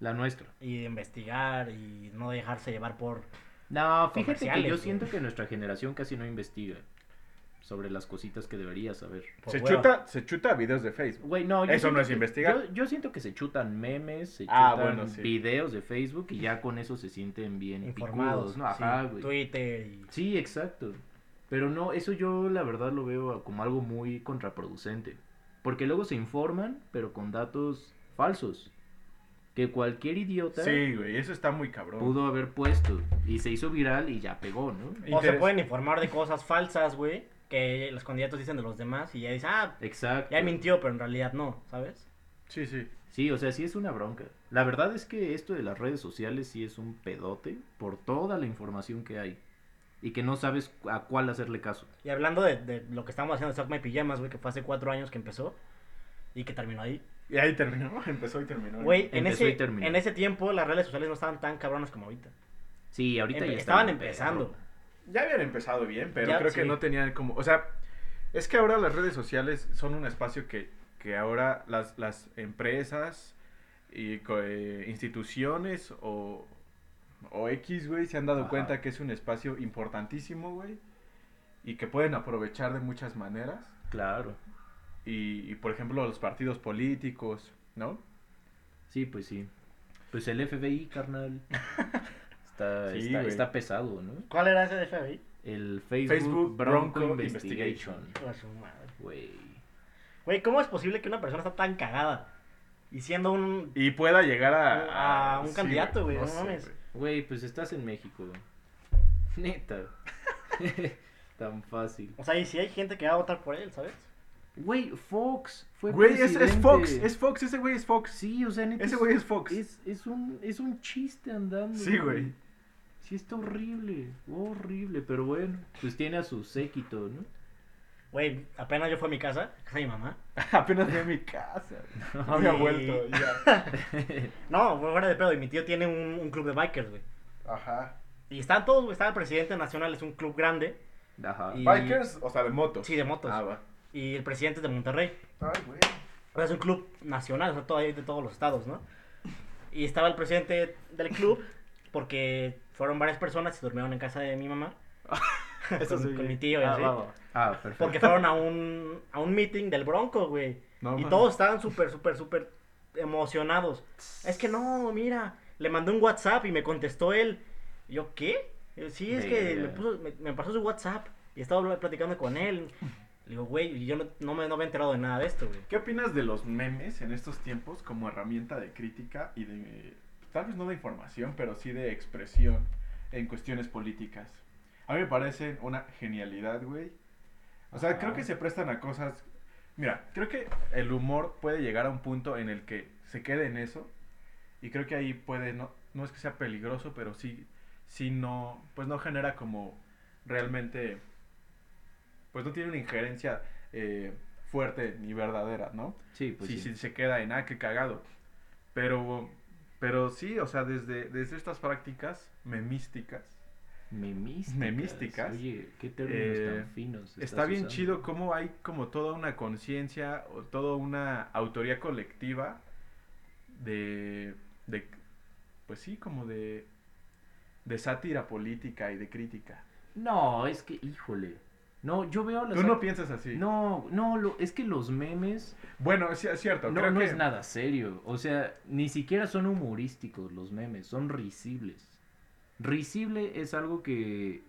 Speaker 3: La nuestra.
Speaker 2: Y de investigar y no dejarse llevar por...
Speaker 3: No, fíjate que
Speaker 2: Comerciales,
Speaker 3: yo
Speaker 2: güey.
Speaker 3: siento que nuestra generación casi no investiga sobre las cositas que debería saber.
Speaker 2: por
Speaker 1: Se
Speaker 2: hueva.
Speaker 1: chuta, se chuta videos de Facebook.
Speaker 3: Güey, no. yo
Speaker 1: Eso no
Speaker 3: siento
Speaker 1: es
Speaker 3: que-
Speaker 1: investigar.
Speaker 3: Yo, yo siento que se chutan memes, se
Speaker 1: Ah,
Speaker 3: chutan
Speaker 1: bueno, sí.
Speaker 3: videos de Facebook y ya con eso se sienten bien
Speaker 2: Informados,
Speaker 3: picudos, ¿no? Ajá,
Speaker 2: sí,
Speaker 3: güey.
Speaker 2: Twitter y...
Speaker 3: Sí, exacto. Pero no, eso yo la verdad lo veo como algo muy contraproducente. Porque luego se informan, pero con datos falsos. Que cualquier idiota
Speaker 1: Sí, güey, eso está muy cabrón.
Speaker 3: pudo haber puesto. Y se hizo viral y ya pegó, ¿no?
Speaker 2: O se
Speaker 1: Interes-
Speaker 2: pueden informar de cosas falsas, güey, que los candidatos dicen de los demás y ya dicen, ah,
Speaker 3: Exacto.
Speaker 2: ya mintió, pero en realidad no, ¿sabes?
Speaker 1: Sí, sí.
Speaker 3: Sí, o sea, sí es una bronca. La verdad es que esto de las redes sociales sí es un pedote por toda la información que hay. Y que no sabes a cuál hacerle caso.
Speaker 2: Y hablando de, de lo que estábamos haciendo de Sock My Pijamas, güey, que fue hace cuatro años que empezó y que terminó ahí.
Speaker 1: Y ahí terminó, (laughs) empezó y terminó.
Speaker 2: Güey, eh. en
Speaker 3: Empezó
Speaker 2: ese,
Speaker 3: y terminó.
Speaker 2: en ese tiempo las redes sociales no estaban tan cabronas como ahorita.
Speaker 3: Sí, ahorita
Speaker 2: Empe-
Speaker 3: ya
Speaker 2: estaban
Speaker 3: está bien
Speaker 2: empezando.
Speaker 3: perro.
Speaker 1: Ya habían empezado bien, pero
Speaker 2: Ya,
Speaker 1: creo que
Speaker 2: sí.
Speaker 1: no tenían como... O sea, es que ahora las redes sociales son un espacio que, que ahora las, las empresas y co- eh, instituciones o, o X, güey, se han dado
Speaker 3: Ajá.
Speaker 1: cuenta que es un espacio importantísimo, güey, y que pueden aprovechar de muchas maneras.
Speaker 3: Claro.
Speaker 1: Y, y, por ejemplo, los partidos políticos, ¿no?
Speaker 3: Sí, pues sí. Pues el FBI,
Speaker 1: (laughs)
Speaker 3: carnal. Está,
Speaker 1: Sí,
Speaker 3: está,
Speaker 1: güey.
Speaker 3: está pesado, ¿no?
Speaker 2: ¿Cuál era ese de FBI?
Speaker 3: El Facebook,
Speaker 1: Facebook
Speaker 3: Bronco,
Speaker 1: Bronco
Speaker 3: Investigation.
Speaker 2: Hijo de su madre.
Speaker 3: Güey.
Speaker 2: Güey, ¿cómo es posible que una persona está tan cagada y siendo un...
Speaker 1: Y pueda llegar a...
Speaker 2: A un candidato, güey, no
Speaker 1: sé,
Speaker 2: mames.
Speaker 1: güey.
Speaker 3: Güey, pues estás en México. (laughs)
Speaker 1: (laughs)
Speaker 3: Neta. (laughs) Tan fácil.
Speaker 2: O sea, y si hay gente que va a votar por él, ¿sabes?
Speaker 3: Güey, Fox fue
Speaker 1: Güey, es, es
Speaker 3: presidente.
Speaker 1: Fox, es Fox, ese güey es Fox.
Speaker 3: Sí, o sea, neta.
Speaker 1: Ese güey es Fox.
Speaker 3: Es, es un, es un chiste andando.
Speaker 1: Sí, güey.
Speaker 3: Sí, está horrible. Horrible, pero bueno. Pues tiene a su
Speaker 1: (laughs)
Speaker 3: séquito, ¿no?
Speaker 2: Güey, apenas yo fui a mi casa, a casa de mi mamá.
Speaker 1: (laughs) Apenas fui a mi (laughs) casa. No había
Speaker 2: Y-
Speaker 1: vuelto. Ya.
Speaker 2: No, fue fuera de pedo, y mi tío tiene un, un club de bikers, güey.
Speaker 1: (laughs) Ajá.
Speaker 2: Y están todos, güey, está el presidente nacional, es un club grande.
Speaker 3: Ajá.
Speaker 2: Y-
Speaker 1: Bikers, o sea, de motos.
Speaker 2: Sí, de motos.
Speaker 1: Ah, va.
Speaker 2: Y el presidente es de Monterrey.
Speaker 1: Ay,
Speaker 2: (laughs)
Speaker 1: güey.
Speaker 2: O sea, es un club nacional, o sea, todo, hay de todos los estados, ¿no? Y estaba el presidente del club porque fueron varias personas y durmieron en casa de mi mamá.
Speaker 1: Eso
Speaker 2: con,
Speaker 1: sí.
Speaker 2: con mi tío y
Speaker 1: Ah,
Speaker 2: así.
Speaker 1: va, va.
Speaker 3: Ah, perfecto.
Speaker 2: Porque fueron a un, a un meeting del Bronco, güey.
Speaker 1: No,
Speaker 2: y
Speaker 1: mames.
Speaker 2: todos estaban súper, súper, súper emocionados. Es que no, mira, le mandé un WhatsApp y me contestó él. Y Yo, ¿qué? Eh, Sí, es que me,
Speaker 3: Verga.
Speaker 2: puso- me- me pasó su WhatsApp y estaba habla- platicando con él. Le digo, güey, yo no, no me, no me he enterado de nada de esto, güey.
Speaker 1: ¿Qué opinas de los memes en estos tiempos como herramienta de crítica y de. Tal vez no de información, pero sí de expresión en cuestiones políticas? A mí me parece una genialidad, güey. O sea,
Speaker 3: Ajá.
Speaker 1: creo que se prestan a cosas. Mira, creo que el humor puede llegar a un punto en el que se quede en eso. Y creo que ahí puede, no, no es que sea peligroso, pero sí, sí no, pues no genera como realmente, pues no tiene una injerencia eh, fuerte ni verdadera, ¿no?
Speaker 3: Sí, pues
Speaker 1: sí,
Speaker 3: sí.
Speaker 1: sí se queda en, ah, qué cagado. Pero, pero sí, o sea, desde, desde estas prácticas memísticas,
Speaker 3: Memísticas.
Speaker 1: Memísticas.
Speaker 3: Oye, qué términos
Speaker 1: Eh,
Speaker 3: tan finos.
Speaker 1: Está
Speaker 3: estás
Speaker 1: bien
Speaker 3: usando.
Speaker 1: chido cómo hay como toda una conciencia o toda una autoría colectiva de, de- pues sí, como de, de sátira política y de crítica.
Speaker 3: No, es que, híjole. No, yo veo las.
Speaker 1: Tú no piensas así.
Speaker 3: No, no, lo- es que los memes
Speaker 1: Bueno, sí, es cierto.
Speaker 3: no,
Speaker 1: creo
Speaker 3: no
Speaker 1: que
Speaker 3: es nada serio. O sea, ni siquiera son humorísticos los memes, son risibles. Risible es algo que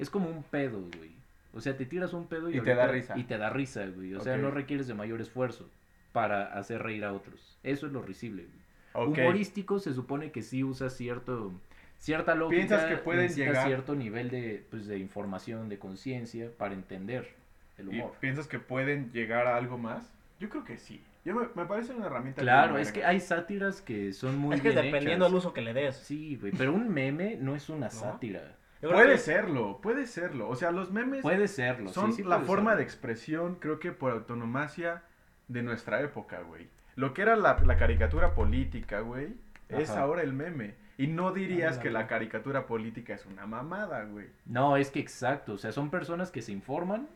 Speaker 3: es como un pedo, güey. O sea, te tiras un pedo y,
Speaker 4: Y te da
Speaker 3: ahorita-
Speaker 4: risa.
Speaker 3: Y te da risa, güey. O sea,
Speaker 1: Ok.
Speaker 3: no requieres de mayor esfuerzo para hacer reír a otros. Eso es lo risible, güey.
Speaker 1: Ok.
Speaker 3: Humorístico se supone que sí usa cierto cierta lógica.
Speaker 1: Piensas que pueden
Speaker 3: necesita
Speaker 1: llegar-
Speaker 3: cierto nivel de, pues, de información, de conciencia para entender el
Speaker 1: ¿Y
Speaker 3: humor.
Speaker 1: piensas que pueden llegar a algo más? Yo creo que sí. Yo me, me parece una herramienta.
Speaker 3: Claro,
Speaker 1: bien
Speaker 3: es que
Speaker 1: verga.
Speaker 3: hay sátiras que son muy
Speaker 2: Es que
Speaker 3: bien
Speaker 2: dependiendo
Speaker 3: hechas.
Speaker 2: del uso que le des.
Speaker 3: Sí, güey, pero un meme no es una sátira.
Speaker 2: Yo creo
Speaker 1: Puede
Speaker 2: que-
Speaker 1: serlo, puede serlo. O sea, los memes
Speaker 3: Puede serlo. sí,
Speaker 1: son
Speaker 3: sí
Speaker 1: la
Speaker 3: puede
Speaker 1: forma de
Speaker 3: serlo.
Speaker 1: expresión, creo que por autonomacia de nuestra época, güey. Lo que era la, la caricatura política, güey, es
Speaker 3: Ajá.
Speaker 1: ahora el meme. Y no dirías
Speaker 3: Ah, la
Speaker 1: que la
Speaker 3: verdad.
Speaker 1: caricatura política es una mamada, güey.
Speaker 3: No, es que exacto. O sea, son personas que se informan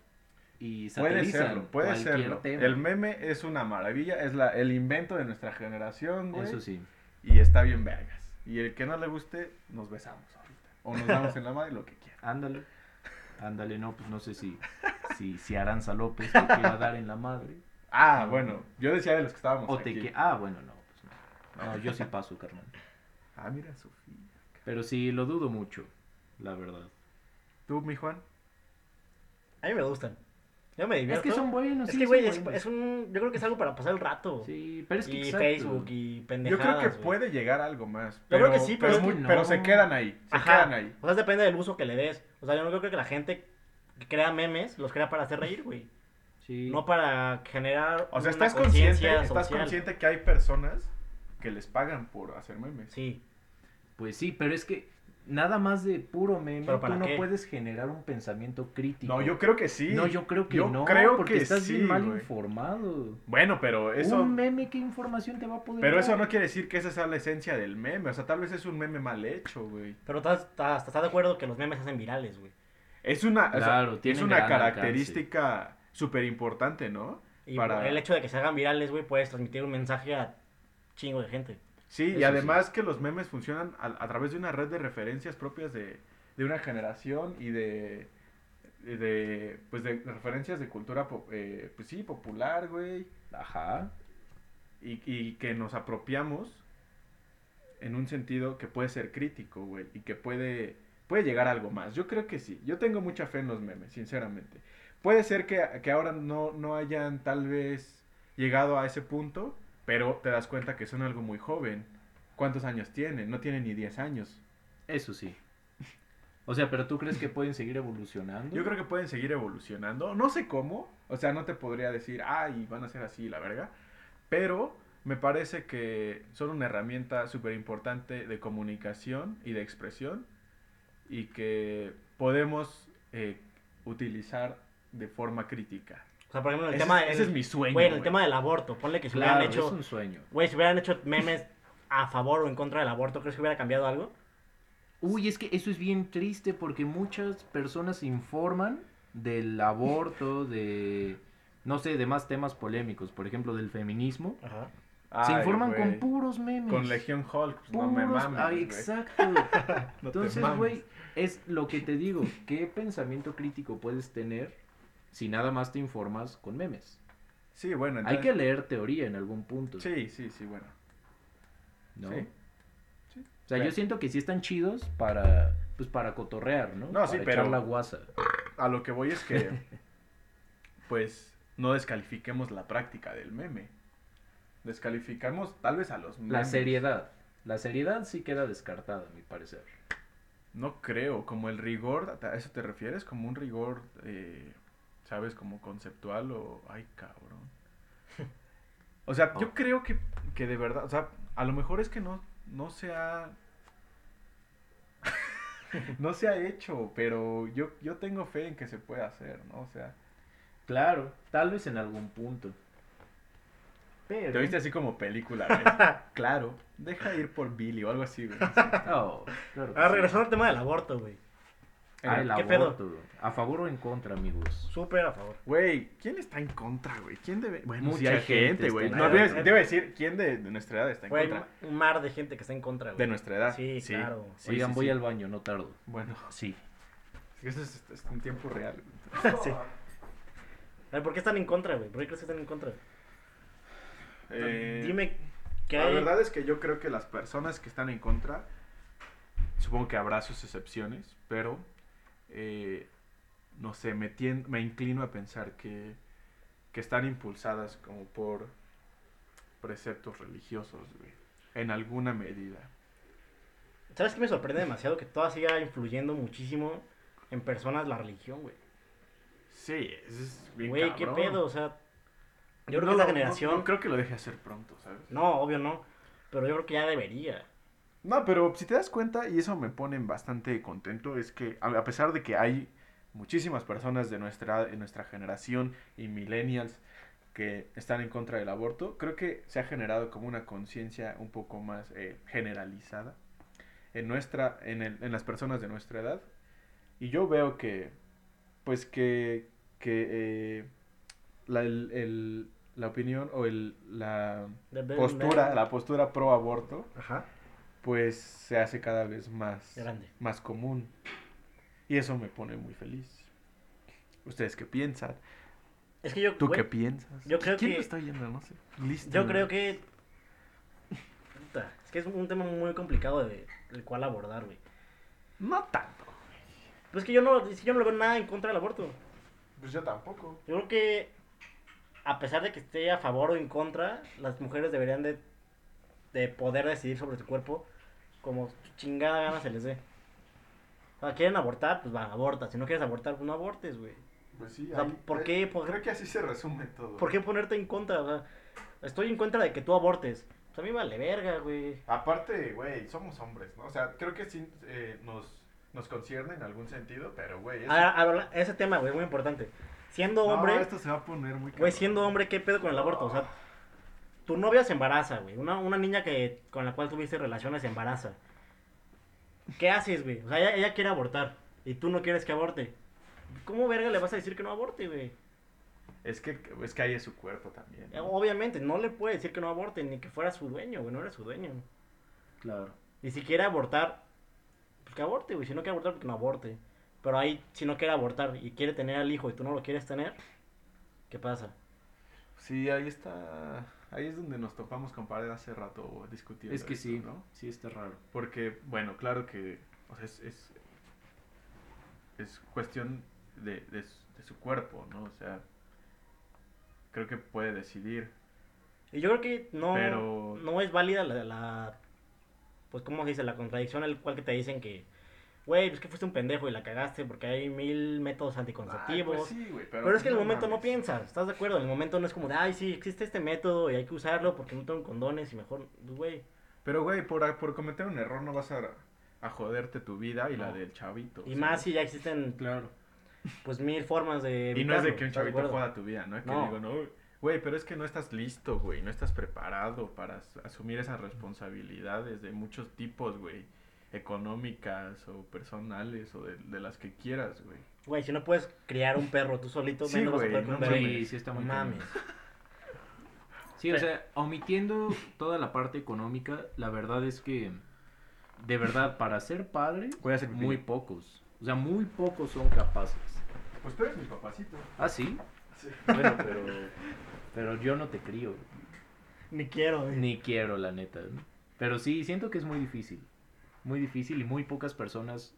Speaker 3: y
Speaker 1: Puede
Speaker 3: satirizan
Speaker 1: serlo, puede
Speaker 3: cualquier
Speaker 1: serlo.
Speaker 3: tema.
Speaker 1: El meme es una maravilla, es la, el invento de nuestra generación, güey.
Speaker 3: Eso sí.
Speaker 1: Y está bien vergas. Y el que no le guste, nos besamos ahorita. O nos damos en la madre, lo que quiera.
Speaker 3: Ándale. Ándale, no, pues no sé si, si, si Aranza López te quiera dar en
Speaker 1: (laughs)
Speaker 3: la madre. (laughs)
Speaker 1: Ah, bueno, yo decía de los que estábamos
Speaker 3: O te
Speaker 1: aquí.
Speaker 3: que... Ah, bueno, no, pues no. No, yo sí paso, carnal.
Speaker 1: Ah, mira, Sofía.
Speaker 3: Pero sí, lo dudo mucho, la verdad.
Speaker 1: ¿Tú, mi Juan?
Speaker 2: A mí me gustan. Yo me
Speaker 3: Es
Speaker 2: divierto.
Speaker 3: que son buenos.
Speaker 2: Es
Speaker 3: sí,
Speaker 2: que,
Speaker 3: son
Speaker 2: güey, es,
Speaker 3: buenos.
Speaker 2: es un. Yo creo que es algo para pasar el rato.
Speaker 3: Sí, pero es que
Speaker 2: y
Speaker 3: exacto.
Speaker 2: Facebook y
Speaker 1: Yo
Speaker 2: pendejadas.
Speaker 1: creo que
Speaker 2: güey.
Speaker 1: puede llegar a algo más.
Speaker 2: Yo
Speaker 1: Pero,
Speaker 2: creo que sí,
Speaker 1: pero,
Speaker 2: pero es
Speaker 1: muy-
Speaker 3: que no.
Speaker 1: pero se quedan ahí. Se
Speaker 2: Ajá.
Speaker 1: quedan ahí.
Speaker 2: O sea, depende del uso que le des. O sea, yo no creo que la gente que crea memes los crea para hacer reír, güey.
Speaker 3: Sí.
Speaker 2: No para generar.
Speaker 1: O sea,
Speaker 2: una
Speaker 1: estás consciente,
Speaker 2: conciencia
Speaker 1: estás
Speaker 2: social.
Speaker 1: consciente que hay personas que les pagan por hacer memes.
Speaker 2: Sí.
Speaker 3: Pues sí, pero es que nada más de puro meme,
Speaker 2: ¿Pero
Speaker 3: tú
Speaker 2: para
Speaker 3: no
Speaker 2: qué?
Speaker 3: puedes generar un pensamiento crítico.
Speaker 1: No, yo creo que sí.
Speaker 3: No, yo creo que
Speaker 1: Yo
Speaker 3: no,
Speaker 1: creo
Speaker 3: porque
Speaker 1: que
Speaker 3: estás
Speaker 1: sí,
Speaker 3: bien mal
Speaker 1: güey.
Speaker 3: informado.
Speaker 1: Bueno, pero eso.
Speaker 3: Un meme, ¿qué información te va a poder
Speaker 1: Pero
Speaker 3: dar?
Speaker 1: eso no quiere decir que esa sea la esencia del meme. O sea, tal vez es un meme mal hecho, güey.
Speaker 2: Pero estás, estás, estás de acuerdo que los memes hacen virales, güey.
Speaker 1: Es una, o sea,
Speaker 3: Claro,
Speaker 1: es
Speaker 3: tienen
Speaker 1: una
Speaker 3: gran
Speaker 1: característica súper importante, ¿no?
Speaker 2: Y
Speaker 1: Para-
Speaker 2: el hecho de que se hagan virales, güey, puedes transmitir un mensaje a chingo de gente.
Speaker 1: Sí, y
Speaker 3: Eso
Speaker 1: además que los memes funcionan a, a través de una red de referencias propias de, de una generación y de, de pues de referencias de cultura po- eh, pues sí popular, güey,
Speaker 3: Ajá.
Speaker 1: y, y que nos apropiamos en un sentido que puede ser crítico, güey, y que puede puede llegar a algo más. Yo creo que sí. Yo tengo mucha fe en los memes, sinceramente. Puede ser que, que ahora no, no hayan tal vez llegado a ese punto, pero te das cuenta que son algo muy joven. ¿Cuántos años tienen? No tienen ni 10 años.
Speaker 3: Eso sí. O sea, pero tú crees que pueden seguir evolucionando?
Speaker 1: Yo creo que pueden seguir evolucionando. No sé cómo. O sea, no te podría decir, ay, van a ser así, la verga. Pero me parece que son una herramienta súper importante de comunicación y de expresión. Y que podemos eh, utilizar de forma crítica.
Speaker 2: O sea, por ejemplo, en el
Speaker 1: Ese,
Speaker 2: tema.
Speaker 1: es-
Speaker 2: del-
Speaker 1: ese es mi sueño.
Speaker 2: Güey, en el
Speaker 1: güey.
Speaker 2: tema del aborto, ponle que si
Speaker 3: Claro,
Speaker 2: hubieran hecho.
Speaker 3: es un sueño.
Speaker 2: Güey, si hubieran hecho memes a favor o en contra del aborto, ¿crees que hubiera cambiado algo?
Speaker 3: Uy, es que eso es bien triste porque muchas personas se informan del aborto, de, no sé, de más temas polémicos, por ejemplo, del feminismo.
Speaker 2: Ajá.
Speaker 1: Ay,
Speaker 3: se informan
Speaker 1: güey.
Speaker 3: con puros memes.
Speaker 1: Con Legión Hulk. pues, no me
Speaker 3: Puros-
Speaker 1: mames.
Speaker 3: ah,
Speaker 1: güey.
Speaker 3: exacto.
Speaker 1: (laughs) No te
Speaker 3: Entonces,
Speaker 1: mames.
Speaker 3: güey, es lo que te digo. ¿Qué pensamiento crítico puedes tener si nada más te informas con memes?
Speaker 1: Sí, bueno.
Speaker 3: Hay que
Speaker 1: entonces-
Speaker 3: leer teoría en algún punto.
Speaker 1: Sí, sí, sí, bueno.
Speaker 3: ¿no?
Speaker 1: sí.
Speaker 3: O sea,
Speaker 1: Claro.
Speaker 3: yo siento que sí están chidos para, pues, para cotorrear, ¿no?
Speaker 1: No,
Speaker 3: para
Speaker 1: sí,
Speaker 3: echar
Speaker 1: pero-
Speaker 3: la guasa.
Speaker 1: A lo que voy es que,
Speaker 3: (laughs)
Speaker 1: pues, no descalifiquemos la práctica del meme. Descalificamos tal vez a los memes.
Speaker 3: La seriedad. La seriedad sí queda descartada, a mi parecer.
Speaker 1: No creo, como el rigor, ¿a eso te refieres? Como un rigor, eh, ¿sabes? Como conceptual o... Ay,
Speaker 3: (laughs)
Speaker 1: cabrón. O sea,
Speaker 3: Oh.
Speaker 1: yo creo que, que de verdad, o sea, a lo mejor es que no, no se ha... (laughs) no se ha hecho, pero yo, yo tengo fe en que se puede hacer, ¿no? O sea...
Speaker 3: Claro, tal vez en algún punto. Pero...
Speaker 1: Te viste así como película,
Speaker 3: (laughs)
Speaker 1: güey. claro. Deja ir por Billy o algo así, güey.
Speaker 3: Oh, claro que
Speaker 2: Ah,
Speaker 3: sí.
Speaker 2: regresando al tema del aborto, güey.
Speaker 3: Ah, el
Speaker 2: ¿Qué
Speaker 3: aborto, güey. ¿A favor o en contra, amigos?
Speaker 2: Súper a favor.
Speaker 1: Güey, ¿quién está en contra, güey? ¿Quién debe...? Bueno,
Speaker 3: Mucha
Speaker 1: sí hay
Speaker 3: gente
Speaker 1: gente,
Speaker 3: está
Speaker 1: güey.
Speaker 3: en
Speaker 1: No,
Speaker 3: contra.
Speaker 1: debe, debe decir quién de, de nuestra edad está en
Speaker 2: Güey, hay
Speaker 1: contra.
Speaker 2: un mar de gente que está en contra, güey.
Speaker 1: De nuestra edad.
Speaker 2: Sí, claro.
Speaker 1: Sí,
Speaker 3: Oigan,
Speaker 1: sí,
Speaker 3: voy
Speaker 1: sí.
Speaker 3: al baño, no tardo.
Speaker 1: Bueno,
Speaker 3: Sí.
Speaker 1: es que eso es, es en tiempo real. güey.
Speaker 2: (laughs) Sí. Ay, ¿Por qué están en contra, güey? ¿Por qué crees que están en contra?
Speaker 1: Eh,
Speaker 2: Dime qué.
Speaker 1: La verdad es que yo creo que las personas que están en contra, supongo que habrá sus excepciones, pero eh, no sé, me, tien- me inclino a pensar que, que están impulsadas como por preceptos religiosos, güey, en alguna medida.
Speaker 2: ¿Sabes qué me sorprende demasiado? Que todavía siga influyendo muchísimo en personas la religión, güey.
Speaker 1: Sí, es- es bien
Speaker 2: Güey, qué
Speaker 1: cabrón.
Speaker 2: pedo, o sea. Yo creo
Speaker 1: No lo-
Speaker 2: que esta
Speaker 1: no-
Speaker 2: generación.
Speaker 1: No, creo que lo deje hacer pronto, ¿sabes?
Speaker 2: No, obvio no. Pero yo creo que ya debería.
Speaker 1: No, pero si te das cuenta, y eso me pone bastante contento, es que a a pesar de que hay muchísimas personas de nuestra, de nuestra generación y millennials que están en contra del aborto, creo que se ha generado como una conciencia un poco más eh, generalizada en, nuestra, en, el- en las personas de nuestra edad. Y yo veo que, pues que, que eh, la, el- el- la opinión o el, la
Speaker 2: Debe-
Speaker 1: postura,
Speaker 2: debe-
Speaker 1: la postura pro aborto
Speaker 2: Ajá.
Speaker 1: pues se hace cada vez más,
Speaker 2: Grande.
Speaker 1: más común. Y eso me pone muy feliz. ¿Ustedes qué piensan?
Speaker 2: Es que yo.
Speaker 1: ¿Tú
Speaker 2: güey,
Speaker 1: qué piensas?
Speaker 2: yo creo
Speaker 1: ¿Quién
Speaker 2: que-
Speaker 1: lo está yendo? No sé. Listo.
Speaker 2: Yo creo que. Puta, es que es un tema muy complicado de, el cual abordar, güey.
Speaker 1: No tanto.
Speaker 2: Pero Pues es que yo no, es que yo no le veo nada en contra del aborto.
Speaker 1: Pues yo tampoco.
Speaker 2: Yo creo que, a pesar de que esté a favor o en contra, las mujeres deberían de, de poder decidir sobre su cuerpo como chingada gana se les dé. O sea, quieren abortar, pues va, aborta. Si no quieres abortar, pues no abortes, güey.
Speaker 1: Pues sí.
Speaker 2: O sea, ¿por qué? ¿Por-
Speaker 1: que así se resume todo.
Speaker 2: ¿Por qué ponerte en contra? O sea, estoy en contra de que tú abortes. Pues a mí vale verga, güey.
Speaker 1: Aparte, güey, somos hombres, ¿no? O sea, creo que sí eh, nos, nos concierne en algún sentido, pero, güey, eso-
Speaker 2: Ahora, ahora, ese tema, güey, es muy importante. Siendo
Speaker 1: No,
Speaker 2: Ah, hombre,
Speaker 1: esto se va a poner muy
Speaker 2: güey,
Speaker 1: cabrón.
Speaker 2: siendo hombre, ¿qué pedo con el aborto? O sea, tu novia se embaraza, güey. Una, una niña que, con la cual tuviste relaciones se embaraza. ¿Qué haces, güey? O sea, ella, ella quiere abortar y tú no quieres que aborte. ¿Cómo verga le vas a decir que no aborte, güey? Eh,
Speaker 1: Es que, es que ahí es su cuerpo también. ¿no?
Speaker 2: Obviamente, no le puedes decir que no aborte ni que fuera su dueño, güey. No eres su dueño.
Speaker 3: Claro.
Speaker 2: Y si quiere abortar, pues que aborte, güey. Si no quiere abortar, pues que no aborte. Pero ahí, si no quiere abortar y quiere tener al hijo y tú no lo quieres tener, ¿qué pasa?
Speaker 1: Sí, ahí está. Ahí es donde nos topamos con pared hace rato discutiendo.
Speaker 3: Es que
Speaker 1: esto,
Speaker 3: sí,
Speaker 1: ¿no?
Speaker 3: sí está raro.
Speaker 1: Porque, bueno, claro que o sea, es, es, es cuestión de, de su- de su cuerpo, ¿no? O sea, creo que puede decidir.
Speaker 2: Y yo creo que no,
Speaker 1: Pero-
Speaker 2: no es válida la, la- Pues, ¿cómo se dice? La contradicción al cual que te dicen que. Güey, pues que fuiste un pendejo y la cagaste porque hay mil métodos anticonceptivos.
Speaker 1: Ay, pues sí, güey,
Speaker 2: pero, es que en el momento no piensas, ¿estás de acuerdo? En el momento no es como de, ay, sí, existe este método y hay que usarlo porque no tengo condones y mejor, pues, güey.
Speaker 1: Pero, güey, por, por cometer un error no vas a, a joderte tu vida y la
Speaker 2: No.
Speaker 1: del chavito.
Speaker 2: Y
Speaker 1: o sea,
Speaker 2: más si ya existen,
Speaker 3: Claro.
Speaker 2: pues, mil formas de.
Speaker 1: Y no es Eh, de
Speaker 2: evitarlo,
Speaker 1: que un
Speaker 2: ¿estás
Speaker 1: chavito
Speaker 2: acuerdo?
Speaker 1: joda tu vida, ¿no? Que
Speaker 2: No.
Speaker 1: digo, no, güey, pero es que no estás listo, güey, no estás preparado para as- asumir esas responsabilidades de muchos tipos, güey, económicas o personales o de, de las que quieras, güey.
Speaker 2: Güey, si no puedes criar un perro tú solito,
Speaker 1: Sí,
Speaker 2: menos vas a
Speaker 1: güey,
Speaker 2: poder
Speaker 1: no
Speaker 2: con un perro.
Speaker 1: mames.
Speaker 3: Sí, sí está muy
Speaker 2: No mames.
Speaker 3: Sí, o
Speaker 2: Pero-
Speaker 3: sea, omitiendo toda la parte económica, la verdad es que, de verdad, para ser padre,
Speaker 1: Voy a hacer pipí.
Speaker 3: muy pocos. O sea, muy pocos son capaces.
Speaker 1: Pues tú eres mi papacito.
Speaker 3: Ah, sí.
Speaker 1: Sí.
Speaker 3: (laughs) Bueno, pero, pero yo no te crío.
Speaker 2: Ni quiero, güey.
Speaker 3: Ni quiero, la neta. Pero sí, siento que es muy difícil. Muy difícil y muy pocas personas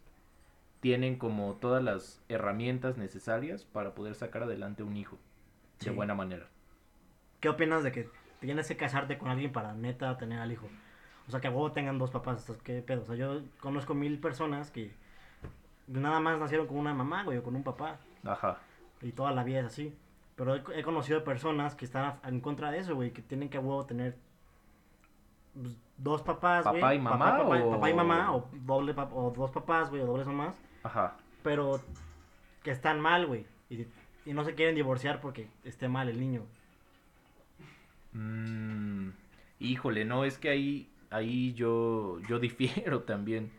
Speaker 3: tienen como todas las herramientas necesarias para poder sacar adelante un hijo.
Speaker 2: Sí.
Speaker 3: De buena manera.
Speaker 2: ¿Qué opinas de que tienes que casarte con alguien para neta tener al hijo? O sea, que a huevo tengan dos papás, ¿estás- ¿qué pedo? O sea, yo conozco mil personas que nada más nacieron con una mamá, güey, o con un papá.
Speaker 3: Ajá.
Speaker 2: Y toda la vida es así. Pero he, he conocido personas que están a- en contra de eso, güey, que tienen que a huevo tener pues, dos papás,
Speaker 3: ¿Papá
Speaker 2: güey.
Speaker 3: y mamá
Speaker 2: papá,
Speaker 3: o-
Speaker 2: papá y mamá, o, doble pap- o dos papás, güey, o dobles mamás.
Speaker 3: Ajá.
Speaker 2: pero que están mal, güey. Y, y no se quieren divorciar porque esté mal el niño.
Speaker 3: Mm, híjole, no, es que ahí, ahí yo, yo (laughs) difiero también.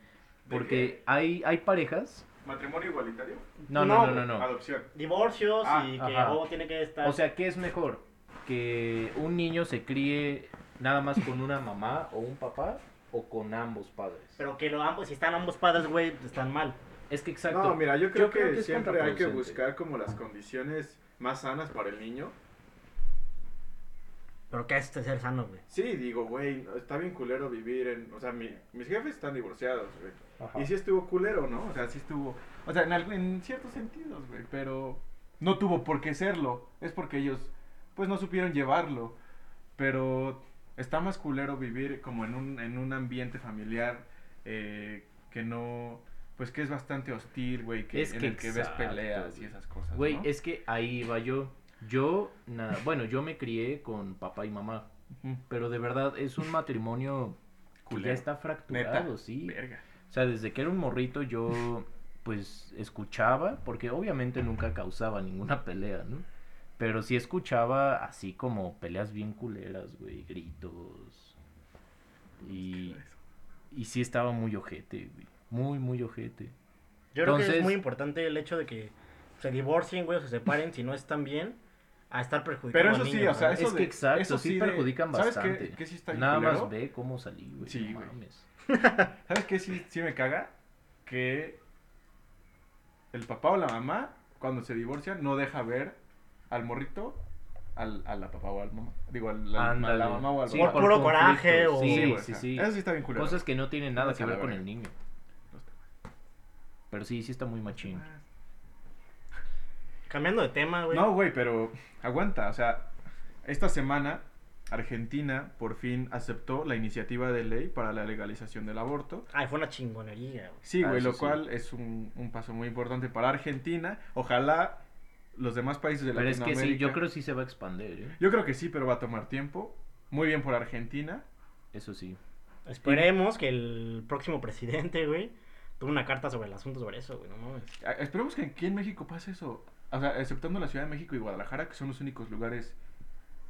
Speaker 3: Porque hay, hay parejas.
Speaker 1: ¿Matrimonio igualitario?
Speaker 3: No, no,
Speaker 2: No,
Speaker 3: no, no, no.
Speaker 1: Adopción.
Speaker 2: Divorcios
Speaker 1: Ah,
Speaker 2: y que
Speaker 3: ajá.
Speaker 2: luego tiene que estar.
Speaker 3: O sea, ¿qué es mejor? ¿Que un niño se críe nada más con una mamá o un papá o con ambos padres?
Speaker 2: pero que lo, ambos, si están ambos padres, güey, pues, están mal.
Speaker 3: es que exacto.
Speaker 1: No, mira, yo creo,
Speaker 3: creo
Speaker 1: que,
Speaker 3: que es
Speaker 1: siempre hay que
Speaker 3: contraproducente.
Speaker 1: buscar como las condiciones más sanas para el niño.
Speaker 2: Pero ¿qué es ser sano, güey?
Speaker 1: Sí, digo, güey, está bien culero vivir en... O sea, mi- mis jefes están divorciados, güey.
Speaker 4: Ajá.
Speaker 1: Y sí estuvo culero, ¿no? O sea, sí estuvo... O sea, en, algún- en ciertos sentidos, güey, pero no tuvo por qué serlo. Es porque ellos, pues, no supieron llevarlo. Pero está más culero vivir como en un, en un ambiente familiar eh, que no... Pues que es bastante hostil, güey, que,
Speaker 3: Es
Speaker 1: en
Speaker 3: que
Speaker 1: el que
Speaker 3: exacto,
Speaker 1: ves peleas y
Speaker 3: güey.
Speaker 1: esas cosas,
Speaker 3: Güey,
Speaker 1: ¿no?
Speaker 3: es que ahí va yo. Yo, nada, bueno, yo me crié con papá y mamá,
Speaker 1: Ujú.
Speaker 3: pero de verdad es un matrimonio que ya
Speaker 1: Culero.
Speaker 3: está fracturado, sí.
Speaker 1: Verga.
Speaker 3: O sea, desde que era un morrito yo, pues, escuchaba, porque obviamente nunca causaba ninguna pelea, ¿no? Pero sí escuchaba así como peleas bien culeras, güey, gritos. Y,
Speaker 1: Pues,
Speaker 3: y sí estaba muy ojete, güey. Muy, muy ojete.
Speaker 2: Yo creo que
Speaker 3: Entonces-
Speaker 2: es muy importante el hecho de que se divorcien, güey, o se separen si no están bien, a estar perjudicando
Speaker 1: Pero
Speaker 2: al
Speaker 1: eso sí,
Speaker 2: niño,
Speaker 1: o sea,
Speaker 2: ¿no?
Speaker 1: eso
Speaker 3: es que
Speaker 1: de-
Speaker 3: exacto,
Speaker 1: eso
Speaker 3: sí,
Speaker 1: sí de-
Speaker 3: perjudican
Speaker 1: ¿sabes qué-
Speaker 3: bastante.
Speaker 1: qué sí está bien
Speaker 3: Nada
Speaker 1: culero?
Speaker 3: más ve cómo salí, güey.
Speaker 1: Sí,
Speaker 3: no
Speaker 1: güey.
Speaker 3: mames.
Speaker 1: ¿Sabes qué? Sí, sí me caga que el papá o la mamá, cuando se divorcian, no deja ver al morrito al, a la papá o al mamá. Digo, al, al- a
Speaker 3: Ándale.
Speaker 1: la mamá o al
Speaker 3: Sí,
Speaker 1: papá.
Speaker 2: por puro
Speaker 3: conflictos.
Speaker 2: coraje o-
Speaker 3: Sí,
Speaker 1: güey,
Speaker 3: sí,
Speaker 1: o
Speaker 3: sí.
Speaker 1: sea, Eso sí está bien culero.
Speaker 3: Cosas que no tienen nada
Speaker 1: Vamos
Speaker 3: que
Speaker 1: a la
Speaker 3: ver con
Speaker 1: verga.
Speaker 3: el niño. Pero sí, sí está muy machín.
Speaker 1: Ah,
Speaker 2: Cambiando de tema, güey.
Speaker 1: No, güey, pero aguanta. O sea, esta semana Argentina por fin aceptó la iniciativa de ley para la legalización del aborto.
Speaker 2: Ay, fue una chingonería, güey.
Speaker 1: Sí,
Speaker 3: Ah,
Speaker 1: güey,
Speaker 3: eso
Speaker 1: lo
Speaker 3: sí.
Speaker 1: cual es un, un paso muy importante para Argentina. Ojalá los demás países de
Speaker 3: Pero es que
Speaker 1: Latinoamérica...
Speaker 3: sí, yo creo que sí se va a expandir, ¿eh?
Speaker 1: Yo creo que sí, pero va a tomar tiempo. Muy bien por Argentina.
Speaker 3: Eso sí.
Speaker 2: Esperemos que el próximo presidente, güey, tome una carta sobre el asunto sobre eso, güey, no mames.
Speaker 1: A- Esperemos que aquí en México pase eso. O sea, exceptando la Ciudad de México y Guadalajara, que son los únicos lugares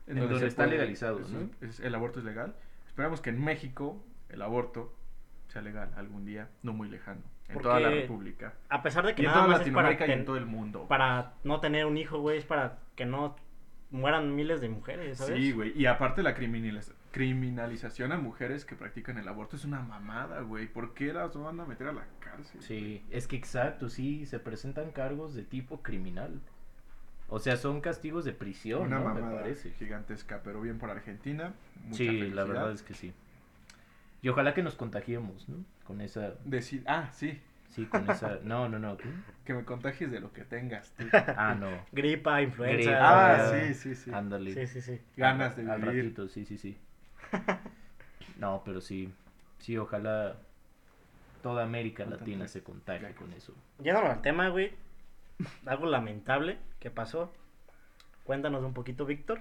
Speaker 3: En donde
Speaker 1: se
Speaker 3: está legalizado,
Speaker 1: es-
Speaker 3: ¿no?
Speaker 1: es- el aborto es legal. Esperamos que en México el aborto sea legal algún día, no muy lejano. En
Speaker 2: Porque
Speaker 1: toda la República.
Speaker 2: A pesar de que
Speaker 1: Y en
Speaker 2: nada
Speaker 1: toda
Speaker 2: más es para,
Speaker 1: Latinoamérica y
Speaker 2: ten-
Speaker 1: en todo el mundo.
Speaker 2: para no tener un hijo, güey, es para que no mueran miles de mujeres, ¿sabes?
Speaker 1: Sí, güey. Y aparte la criminaliz- criminalización a mujeres que practican el aborto es una mamada, güey. ¿Por qué las van a meter a la cárcel?
Speaker 3: Sí, es que exacto, sí, se presentan cargos de tipo criminal. O sea, son castigos de prisión,
Speaker 1: Una
Speaker 3: ¿no? Me
Speaker 1: mamada
Speaker 3: parece.
Speaker 1: gigantesca, pero bien por Argentina. Mucha
Speaker 3: sí, la
Speaker 1: felicidad.
Speaker 3: verdad es que sí. Y ojalá que nos contagiemos, ¿no? Con esa,
Speaker 1: Deci- ah, sí,
Speaker 3: sí, con
Speaker 1: (laughs)
Speaker 3: esa, no, no, no. ¿qué?
Speaker 1: que me contagies de lo que tengas.
Speaker 3: (laughs)
Speaker 1: tú.
Speaker 3: Ah, no.
Speaker 2: Gripa, influenza.
Speaker 3: Gripa.
Speaker 1: ah,
Speaker 2: güey.
Speaker 1: sí, sí, sí.
Speaker 3: Ándale.
Speaker 2: Sí, sí, sí.
Speaker 1: Ganas de
Speaker 3: Al
Speaker 1: vivir.
Speaker 3: ratito, sí,
Speaker 1: (laughs)
Speaker 3: sí, sí. No, pero sí, sí, ojalá toda América Latina se contagie con eso.
Speaker 2: Yéndonos al tema, güey. Algo lamentable que pasó. Cuéntanos un poquito, Víctor.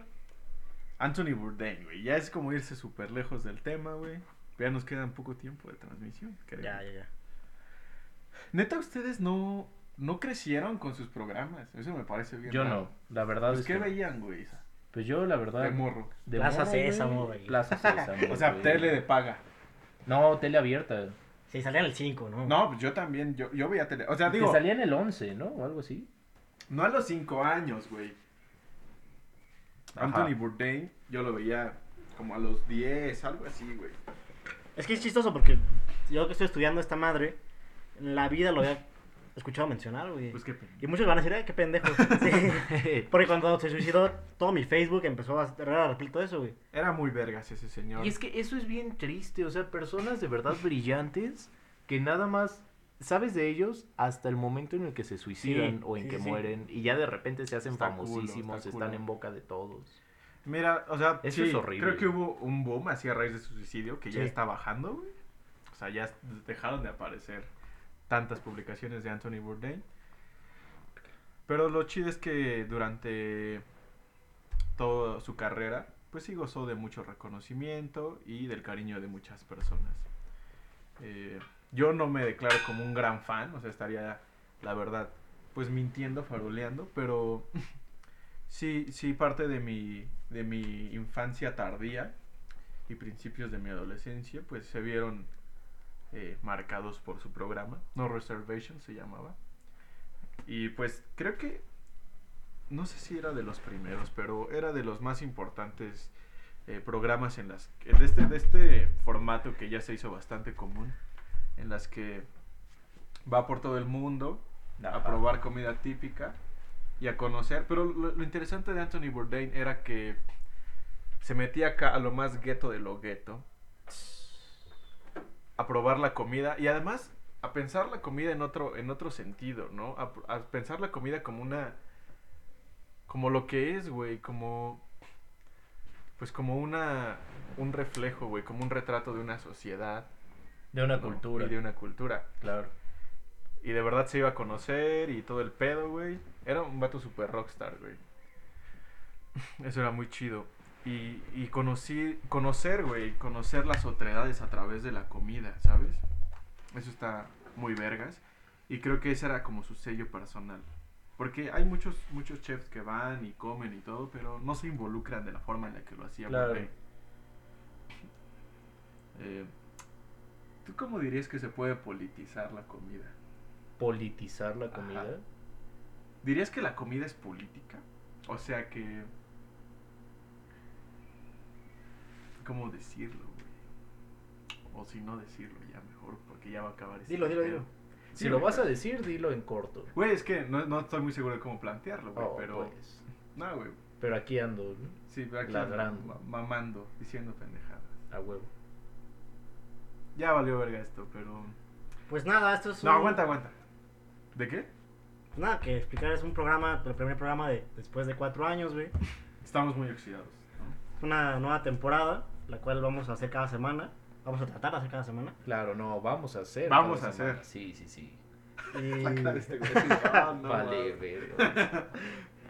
Speaker 1: Anthony Bourdain, güey. Ya es como irse súper lejos del tema, güey. Ya nos queda poco tiempo de transmisión. creo.
Speaker 2: Ya, ya, ya.
Speaker 1: Neta, ustedes no, no crecieron con sus programas. Eso me parece bien.
Speaker 3: Yo
Speaker 1: raro.
Speaker 3: no, la verdad
Speaker 1: Pues,
Speaker 3: es
Speaker 1: ¿Qué
Speaker 3: que...
Speaker 1: veían, güey?
Speaker 3: Pues yo, la verdad...
Speaker 1: De morro.
Speaker 3: de
Speaker 2: Plaza
Speaker 3: morro, güey,
Speaker 2: Sésamo, güey.
Speaker 1: (laughs)
Speaker 3: Plaza Sésamo,
Speaker 1: O sea,
Speaker 3: güey.
Speaker 1: tele de paga.
Speaker 3: No, tele abierta.
Speaker 2: Sí, salían el 5, ¿no?
Speaker 1: No, pues yo también, yo, yo veía tele. O sea, digo,
Speaker 3: Que salía en el 11, ¿no? O algo así.
Speaker 1: no a los cinco años, güey.
Speaker 3: Ajá.
Speaker 1: Anthony Bourdain, yo lo veía como a los 10, algo así, güey.
Speaker 2: Es que es chistoso porque yo que estoy estudiando esta madre, en la vida lo había escuchado mencionar, güey.
Speaker 1: Pues qué
Speaker 2: Y muchos van a decir, ¡ay, qué pendejo! Sí. (laughs) Porque cuando se suicidó, todo mi Facebook empezó a a repetir todo eso, güey.
Speaker 1: Era muy vergas ese señor.
Speaker 3: Y es que eso es bien triste, o sea, personas de verdad brillantes que nada más sabes de ellos hasta el momento en el que se suicidan
Speaker 2: Sí,
Speaker 3: o en
Speaker 2: sí,
Speaker 3: que
Speaker 2: sí.
Speaker 3: mueren y ya de repente se hacen
Speaker 1: Está culo,
Speaker 3: famosísimos,
Speaker 1: está
Speaker 3: están
Speaker 1: culo.
Speaker 3: en boca de todos.
Speaker 1: Mira, o sea,
Speaker 3: Eso
Speaker 1: sí,
Speaker 3: es horrible.
Speaker 1: creo que hubo un boom así a raíz de su suicidio que ya
Speaker 2: Sí.
Speaker 1: está bajando, güey. O sea, ya dejaron de aparecer tantas publicaciones de Anthony Bourdain. Pero lo chido es que durante toda su carrera, pues sí gozó de mucho reconocimiento y del cariño de muchas personas. Eh, yo no me declaro como un gran fan, o sea, estaría, la verdad, pues mintiendo, faroleando, pero sí, sí parte de mi, de mi infancia tardía y principios de mi adolescencia, pues se vieron eh, marcados por su programa, No Reservation se llamaba. Y pues creo que, no sé si era de los primeros, pero era de los más importantes eh, programas en las que- de este, de este formato que ya se hizo bastante común, en las que va por todo el mundo a probar comida típica y a conocer. Pero lo, lo interesante de Anthony Bourdain era que Se metía acá a lo más gueto de lo gueto. A probar la comida. Y además, a pensar la comida en otro, en otro sentido, ¿no? A, a pensar la comida como una. Como lo que es, güey. Como. Pues como una. Un reflejo, güey. Como un retrato de una sociedad.
Speaker 3: De una
Speaker 1: ¿no?
Speaker 3: cultura.
Speaker 1: Y de una cultura.
Speaker 3: Claro.
Speaker 1: Y de verdad se iba a conocer y todo el pedo, güey. Era un vato super rockstar, güey. Eso era muy chido. Y, y conocí, conocer, güey, conocer las otredades a través de la comida, ¿sabes? Eso está muy vergas. Y creo que ese era como su sello personal. Porque hay muchos, muchos chefs que van y comen y todo, pero no se involucran de la forma en la que lo hacía
Speaker 3: Claro.
Speaker 1: Bombay. Eh, ¿Tú cómo dirías que se puede politizar la comida?
Speaker 3: Politizar la
Speaker 1: Ajá.
Speaker 3: comida.
Speaker 1: ¿Dirías que la comida es política? O sea que... ¿Cómo decirlo, güey? O si no decirlo ya mejor, porque ya va a acabar este
Speaker 3: Dilo, dilo,
Speaker 1: pedo.
Speaker 3: dilo.
Speaker 1: Sí,
Speaker 3: Si lo
Speaker 1: güey,
Speaker 3: vas a
Speaker 1: pero-
Speaker 3: decir, dilo en corto.
Speaker 1: Güey, es que no, no estoy muy seguro de cómo plantearlo, güey,
Speaker 3: Oh,
Speaker 1: pero...
Speaker 3: pues.
Speaker 1: No, güey.
Speaker 3: Pero aquí ando ¿no?
Speaker 1: Sí, pero aquí
Speaker 3: Ladrando.
Speaker 1: ma- mamando, diciendo pendejadas.
Speaker 3: a huevo.
Speaker 1: Ya valió verga esto, pero...
Speaker 2: Pues nada, esto es
Speaker 1: No,
Speaker 2: un-
Speaker 1: aguanta, aguanta. ¿De qué?
Speaker 2: pues Nada, que explicar es un programa, el primer programa de después de cuatro años, güey.
Speaker 1: Estamos muy oxidados. ¿no?
Speaker 2: Es una nueva temporada, la cual vamos a hacer cada semana. Vamos a tratar de hacer
Speaker 1: (laughs)
Speaker 2: cada semana.
Speaker 3: Claro, no, vamos a hacer.
Speaker 1: Vamos
Speaker 3: cada
Speaker 1: a hacer.
Speaker 3: semana. Sí, sí, sí.
Speaker 2: Y,
Speaker 1: La cara de este güey, sí, no, no,
Speaker 3: (laughs) vale,
Speaker 1: mames.
Speaker 3: verga.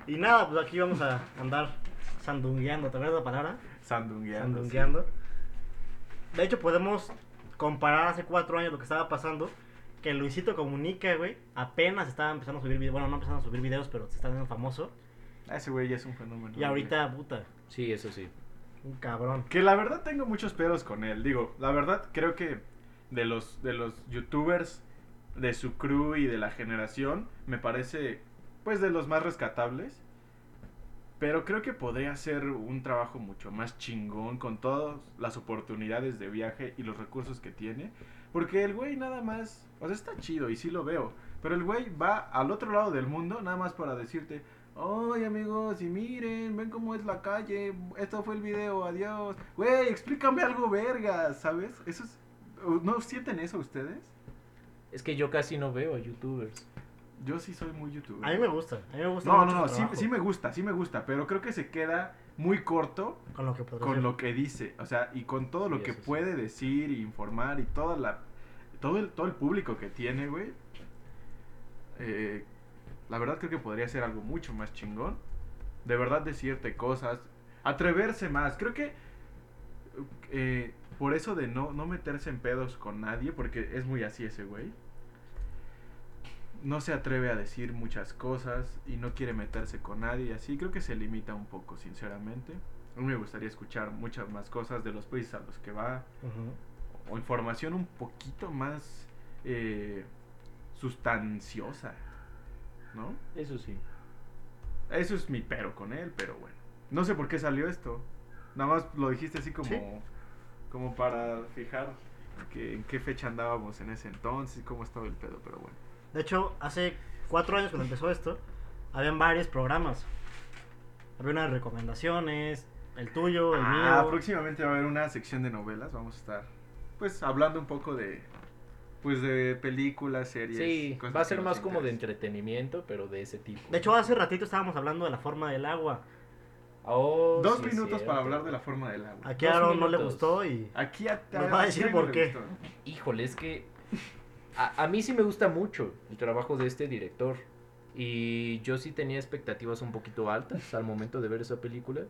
Speaker 2: y nada, pues aquí vamos a andar sandungueando, ¿te acuerdas la palabra?
Speaker 1: Sandungueando. sí.
Speaker 2: Sandungueando. De hecho, podemos comparar hace cuatro años lo que estaba pasando. Que Luisito Comunica, güey, apenas estaba empezando a subir videos. Bueno, no empezando a subir videos, pero se está haciendo famoso.
Speaker 1: Ah, Ese güey ya es un fenómeno.
Speaker 2: Y
Speaker 1: güey.
Speaker 2: ahorita, puta,
Speaker 3: Sí, eso sí.
Speaker 2: un cabrón.
Speaker 1: Que la verdad tengo muchos pedos con él. Digo, la verdad creo que de los, de los youtubers de su crew y de la generación, me parece pues de los más rescatables. Pero creo que podría hacer un trabajo mucho más chingón con todas las oportunidades de viaje y los recursos que tiene. Porque el güey nada más, o sea, está chido y sí lo veo. Pero el güey va al otro lado del mundo nada más para decirte, Oye amigos, y miren, ven cómo es la calle. Esto fue el video, adiós. Güey, explícame algo verga, ¿sabes? Eso es... ¿No sienten eso ustedes?
Speaker 3: Es que yo casi no veo a youtubers.
Speaker 1: Yo sí soy muy youtuber.
Speaker 2: A mí me gusta, a mí me gusta.
Speaker 1: No, no,
Speaker 2: mucho su
Speaker 1: no, sí,
Speaker 2: trabajo,
Speaker 1: sí me gusta, sí me gusta, pero creo que se queda muy corto
Speaker 2: Con lo que podría
Speaker 1: con
Speaker 2: ser.
Speaker 1: lo que dice, o sea, y con todo lo
Speaker 3: Sí,
Speaker 1: que
Speaker 3: eso sí.
Speaker 1: puede decir y informar y toda la todo el todo el público que tiene, güey. Eh, la verdad creo que podría ser algo mucho más chingón. De verdad decirte cosas, atreverse más. Creo que eh, por eso de no no meterse en pedos con nadie, porque es muy así ese güey. No se atreve a decir muchas cosas y no quiere meterse con nadie, así creo que se limita un poco, sinceramente. A mí me gustaría escuchar muchas más cosas de los países a los que va
Speaker 2: Ujú.
Speaker 1: o información un poquito más eh, sustanciosa, ¿no?
Speaker 3: Eso sí.
Speaker 1: Eso es mi pero con él, pero bueno. No sé por qué salió esto. Nada más lo dijiste así como,
Speaker 2: Sí.
Speaker 1: como para fijar que, en qué fecha andábamos en ese entonces y cómo estaba el pedo, pero bueno.
Speaker 2: De hecho, hace cuatro años cuando empezó esto, habían varios programas. Había unas recomendaciones, el tuyo, el
Speaker 1: Ah,
Speaker 2: mío.
Speaker 1: próximamente va a haber una sección de novelas. Vamos a estar, pues, hablando un poco de, pues, de películas, series.
Speaker 3: Sí,
Speaker 1: cosas
Speaker 3: va a
Speaker 1: que
Speaker 3: ser
Speaker 1: nos
Speaker 3: más como de
Speaker 1: interesen.
Speaker 3: entretenimiento, pero de ese tipo.
Speaker 2: De hecho, hace ratito estábamos hablando de la forma del agua.
Speaker 3: Oh,
Speaker 1: Dos
Speaker 3: sí es
Speaker 1: minutos para
Speaker 3: cierto.
Speaker 1: hablar de la forma del agua.
Speaker 2: Aquí a
Speaker 3: Dos
Speaker 2: Aaron no le
Speaker 3: minutos.
Speaker 2: gustó y...
Speaker 1: Aquí a
Speaker 2: Nos va a decir por qué.
Speaker 3: Híjole, es que a, a mí sí me gusta mucho el trabajo de este director. Y yo sí tenía expectativas un poquito altas al momento de ver esa película.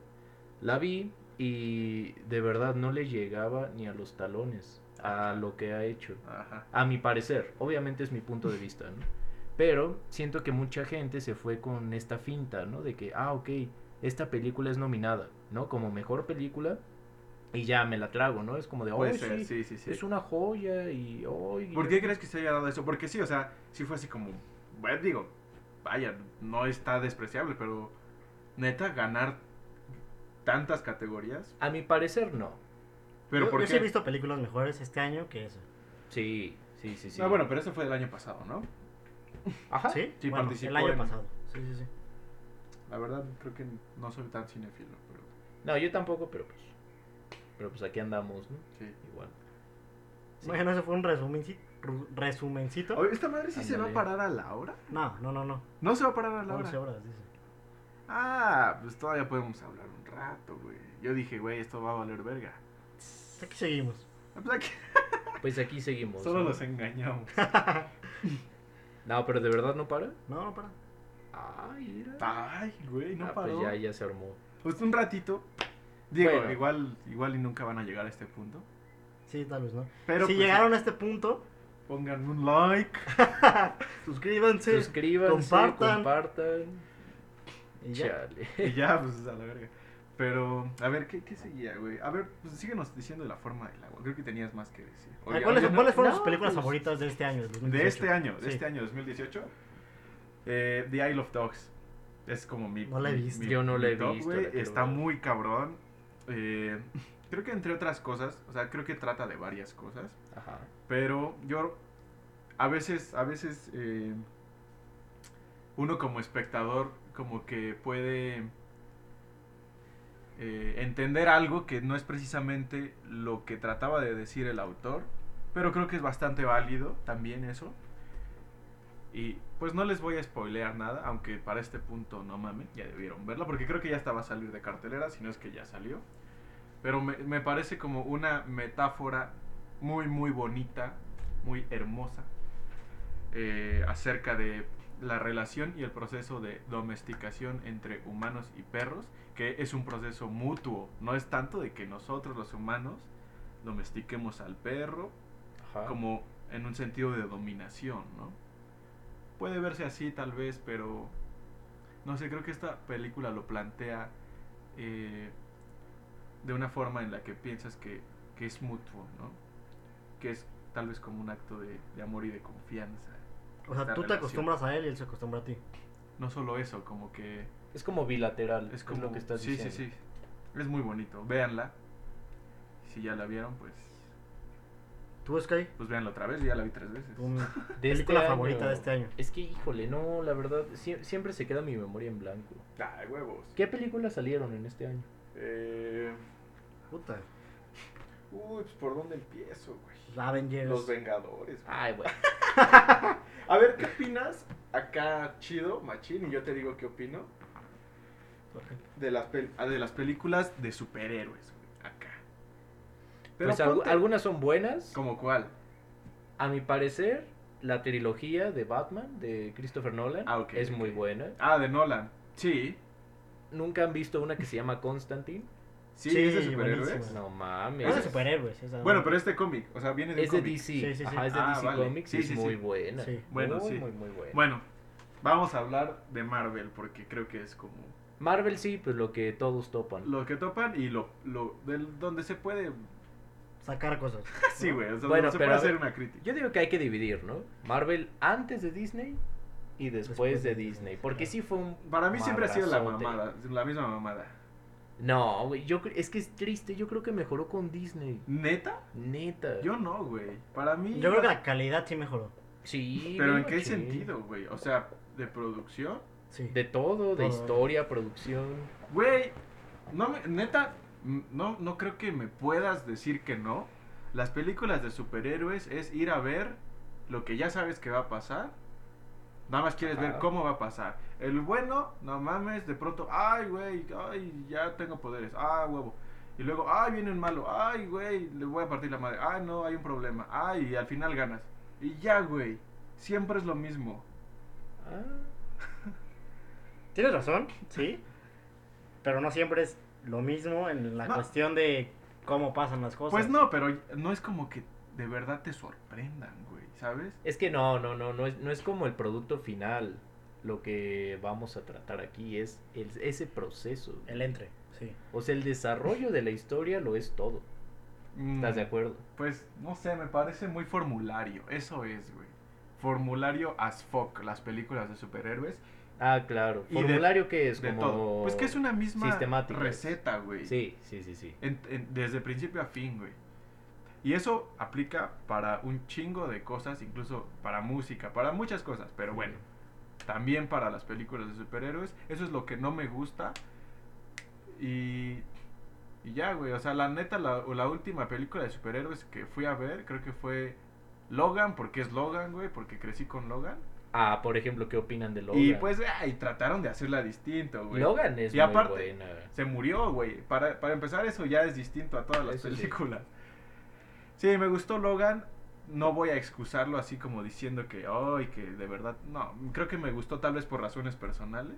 Speaker 3: La vi y de verdad no le llegaba ni a los talones a lo que ha hecho.
Speaker 1: Ajá.
Speaker 3: A mi parecer, obviamente es mi punto de vista, ¿no? Pero siento que mucha gente se fue con esta finta, ¿no? De que, ah, ok, esta película es nominada, ¿no? Como mejor película y ya me la trago, ¿no? Es como de, oh,
Speaker 1: Puede
Speaker 3: sí,
Speaker 1: ser, sí, sí, sí.
Speaker 3: es una joya y hoy.
Speaker 1: ¿Por qué crees que se haya dado eso? Porque sí, o sea, sí fue así como, bueno, digo, vaya, no está despreciable, pero neta ganar tantas categorías.
Speaker 3: A mi parecer, no.
Speaker 1: Pero
Speaker 2: yo,
Speaker 1: por
Speaker 2: yo
Speaker 1: qué?
Speaker 2: sí he visto películas mejores este año que eso.
Speaker 3: Sí, sí, sí, sí.
Speaker 1: No, bueno, pero eso fue del año pasado, ¿no?
Speaker 3: Ajá.
Speaker 2: ¿Sí?
Speaker 1: Ah, Sí,
Speaker 2: bueno,
Speaker 1: participó
Speaker 2: el año
Speaker 1: en-
Speaker 2: pasado. Sí, sí, sí.
Speaker 1: La verdad creo que no soy tan cinéfilo, pero
Speaker 3: No, yo tampoco, pero pues. Pero pues aquí andamos, ¿no?
Speaker 1: Sí.
Speaker 3: Igual. Sí.
Speaker 2: Bueno, eso fue un resumencito. resumencito.
Speaker 1: Oye, ¿esta madre sí se va a
Speaker 3: Ándale.
Speaker 1: parar a la hora?
Speaker 2: No, no, no, no.
Speaker 1: No se va a parar a la
Speaker 2: 11
Speaker 1: hora.
Speaker 2: horas, dice.
Speaker 1: Ah, pues todavía podemos hablar un rato, güey. Yo dije, güey, esto va a valer verga.
Speaker 2: Aquí seguimos.
Speaker 1: Ah, pues aquí-
Speaker 3: Pues aquí seguimos.
Speaker 1: Solo
Speaker 3: ¿no?
Speaker 1: los
Speaker 3: (laughs)
Speaker 1: engañamos.
Speaker 3: No, pero de verdad no para.
Speaker 2: No, no, para.
Speaker 3: Ay, mira.
Speaker 1: Ay, güey, no
Speaker 3: Ah,
Speaker 1: paró.
Speaker 3: pues ya, ya se armó.
Speaker 1: Pues un ratito. Digo,
Speaker 3: Bueno.
Speaker 1: igual, igual y nunca van a llegar a este punto.
Speaker 2: Sí, tal vez no.
Speaker 1: Pero
Speaker 2: si
Speaker 1: pues,
Speaker 2: llegaron a este punto,
Speaker 1: Pongan un like. (laughs)
Speaker 2: suscríbanse.
Speaker 3: Suscríbanse,
Speaker 2: compartan.
Speaker 3: compartan.
Speaker 2: y ya.
Speaker 3: Chale.
Speaker 1: Y ya, pues a la verga. Pero, a ver, ¿qué, qué seguía, güey? A ver, pues síguenos diciendo de la forma del agua. Creo que tenías más que decir.
Speaker 2: Ah,
Speaker 1: Oye,
Speaker 2: ¿Cuáles,
Speaker 1: oye, no-
Speaker 2: cuáles fueron
Speaker 3: no,
Speaker 2: sus películas
Speaker 3: pues-
Speaker 2: favoritas de este año? del 2018?
Speaker 1: De este año, de
Speaker 2: Sí.
Speaker 1: este año 2018. eh, The Isle of Dogs. Es como mi.
Speaker 2: No la he
Speaker 1: mi-
Speaker 2: visto.
Speaker 1: mi-
Speaker 3: Yo no la
Speaker 1: mi
Speaker 3: he
Speaker 1: top,
Speaker 3: visto,
Speaker 1: güey.
Speaker 3: la quiero
Speaker 1: Está
Speaker 3: ver.
Speaker 1: muy cabrón. Eh, creo que entre otras cosas, o sea, creo que trata de varias cosas.
Speaker 3: Ajá.
Speaker 1: Pero yo a veces, a veces eh, uno como espectador como que puede eh, entender algo que no es precisamente lo que trataba de decir el autor, pero creo que es bastante válido también eso. Y pues no les voy a spoilear nada, aunque para este punto no mames, ya debieron verla, porque creo que ya estaba a salir de cartelera, si no es que ya salió. Pero me, me parece como una metáfora muy, muy bonita, muy hermosa, eh, acerca de la relación y el proceso de domesticación entre humanos y perros, que es un proceso mutuo, no es tanto de que nosotros los humanos domestiquemos al perro,
Speaker 3: Ajá.
Speaker 1: como en un sentido de dominación, ¿no? Puede verse así tal vez, pero no sé, creo que esta película lo plantea eh, de una forma en la que piensas que, que es mutuo, ¿no? Que es tal vez como un acto de, de amor y de confianza.
Speaker 2: O sea,
Speaker 1: esta
Speaker 2: tú te
Speaker 1: relación.
Speaker 2: acostumbras a él y él se acostumbra a ti.
Speaker 1: No solo eso, como que
Speaker 3: Es como bilateral.
Speaker 1: es como...
Speaker 3: lo que estás
Speaker 1: sí,
Speaker 3: diciendo.
Speaker 1: sí, sí. Es muy bonito. Véanla. Si ya la vieron, pues,
Speaker 2: ¿Tú, Sky?
Speaker 1: pues véanla otra vez. Ya la vi tres veces.
Speaker 2: ¿Tu
Speaker 3: De
Speaker 2: película
Speaker 3: este
Speaker 2: favorita
Speaker 3: año.
Speaker 2: de este año?
Speaker 3: Es que, híjole, no, la verdad, sie- siempre se queda mi memoria en blanco.
Speaker 1: Ay, huevos.
Speaker 3: ¿Qué películas salieron en este año?
Speaker 1: Eh...
Speaker 2: Puta.
Speaker 1: Uy, pues por dónde empiezo, güey.
Speaker 2: Avengers.
Speaker 1: Los Vengadores. güey.
Speaker 3: Ay, bueno.
Speaker 1: A ver, ¿qué opinas? Acá chido, machín, y yo te digo qué opino de las, pel- ah, de las películas de superhéroes, güey. Acá. Pero
Speaker 3: Pues algu-
Speaker 1: ponte-
Speaker 3: algunas son buenas.
Speaker 1: ¿Como cuál?
Speaker 3: A mi parecer, la trilogía de Batman de Christopher Nolan
Speaker 1: Ah, ok,
Speaker 3: es
Speaker 1: ok.
Speaker 3: muy buena.
Speaker 1: Ah, de Nolan. Sí.
Speaker 3: ¿Nunca han visto una que se llama Constantine?
Speaker 1: Sí,
Speaker 2: Sí,
Speaker 1: es de superhéroes.
Speaker 2: buenísima.
Speaker 3: No
Speaker 2: No
Speaker 3: mames.
Speaker 2: es de superhéroes. esa,
Speaker 1: Bueno,
Speaker 2: ¿no?
Speaker 1: pero este cómic, o sea, viene de
Speaker 3: Es
Speaker 1: un
Speaker 3: de
Speaker 1: cómic.
Speaker 3: DC.
Speaker 2: Sí, sí, sí.
Speaker 3: Ajá, es de
Speaker 1: Ah,
Speaker 3: DC
Speaker 1: vale.
Speaker 3: Comics
Speaker 1: Sí,
Speaker 3: y es
Speaker 1: sí, sí.
Speaker 3: muy buena.
Speaker 2: Sí.
Speaker 1: Bueno,
Speaker 3: muy,
Speaker 1: sí.
Speaker 3: muy, muy buena.
Speaker 1: Bueno, vamos a hablar de Marvel, porque creo que es como
Speaker 3: Marvel sí, pues lo que todos topan.
Speaker 1: lo que topan y lo, lo del, donde se puede...
Speaker 2: Sacar cosas.
Speaker 1: Sí, güey, o sea,
Speaker 3: Bueno,
Speaker 1: donde se puede
Speaker 3: pero a ver,
Speaker 1: hacer una crítica.
Speaker 3: Yo digo que hay que dividir, ¿no? Marvel antes de Disney y después,
Speaker 2: Después
Speaker 3: de
Speaker 2: de
Speaker 3: Disney.
Speaker 2: Disney,
Speaker 3: Porque
Speaker 2: claro.
Speaker 3: sí fue un.
Speaker 1: Para mí siempre ha sido la
Speaker 3: madrazote.
Speaker 1: mamada, la misma mamada.
Speaker 3: No, güey, yo cre- es que es triste, yo creo que mejoró con Disney.
Speaker 1: ¿Neta?
Speaker 3: Neta.
Speaker 1: Yo no, güey. Para mí.
Speaker 2: Yo creo que la calidad sí mejoró.
Speaker 3: Sí.
Speaker 1: Pero
Speaker 3: bien
Speaker 1: ¿en qué
Speaker 3: machín.
Speaker 1: sentido, güey? O sea, de producción.
Speaker 2: Sí.
Speaker 3: De todo, de
Speaker 2: Todo.
Speaker 3: historia, producción.
Speaker 1: Güey, no me, neta, m- no, no creo que me puedas decir que no. Las películas de superhéroes es ir a ver lo que ya sabes que va a pasar. Nada más quieres ver
Speaker 3: Ajá.
Speaker 1: cómo va a pasar. El bueno, no mames, de pronto, ay, güey, ay, ya tengo poderes, ah, huevo. Y luego, ay, viene un malo, ay, güey, le voy a partir la madre, ay, no, hay un problema, ay, y al final ganas. Y ya, güey, siempre es lo mismo.
Speaker 3: Ah,
Speaker 2: Tienes razón, (laughs) sí. Pero no siempre es lo mismo en la
Speaker 1: No.
Speaker 2: cuestión de cómo pasan las cosas.
Speaker 1: Pues no, pero no es como que de verdad te sorprendan, güey, ¿sabes?
Speaker 3: Es que no, no, no, no es, no es como el producto final lo que vamos a tratar aquí, es el- ese proceso.
Speaker 2: El entre, sí.
Speaker 3: O sea, el desarrollo de la historia lo es todo. ¿Estás de
Speaker 1: Mm,
Speaker 3: acuerdo?
Speaker 1: Pues no sé, me parece muy formulario. Eso es, güey. Formulario as fuck, las películas de superhéroes.
Speaker 3: Ah, claro.
Speaker 1: Y de-
Speaker 3: Formulario que es
Speaker 1: de
Speaker 3: como...
Speaker 1: todo. Pues que es una misma
Speaker 3: sistemáticas.
Speaker 1: receta, güey.
Speaker 3: Sí, sí, sí, sí.
Speaker 1: En- en- desde principio a fin, güey. Y eso aplica para un chingo de cosas, incluso para música, para muchas cosas. Pero bueno, también para las películas de superhéroes. Eso es lo que no me gusta. Y Y ya, güey, o sea, la neta, la, la última película de superhéroes que fui a ver, creo que fue Logan, porque es Logan, güey, porque crecí con Logan.
Speaker 3: Ah, por ejemplo, ¿qué opinan de Logan?
Speaker 1: Y pues, ay, trataron de hacerla distinto, güey.
Speaker 3: Logan es
Speaker 1: y
Speaker 3: muy
Speaker 1: aparte-
Speaker 3: buena.
Speaker 1: Se murió, güey. Para, para empezar, eso ya es distinto a todas las
Speaker 3: Eso sí.
Speaker 1: películas. Sí. me gustó Logan. No voy a excusarlo así como diciendo que, ay, que de verdad. No, creo que me gustó tal vez por razones personales.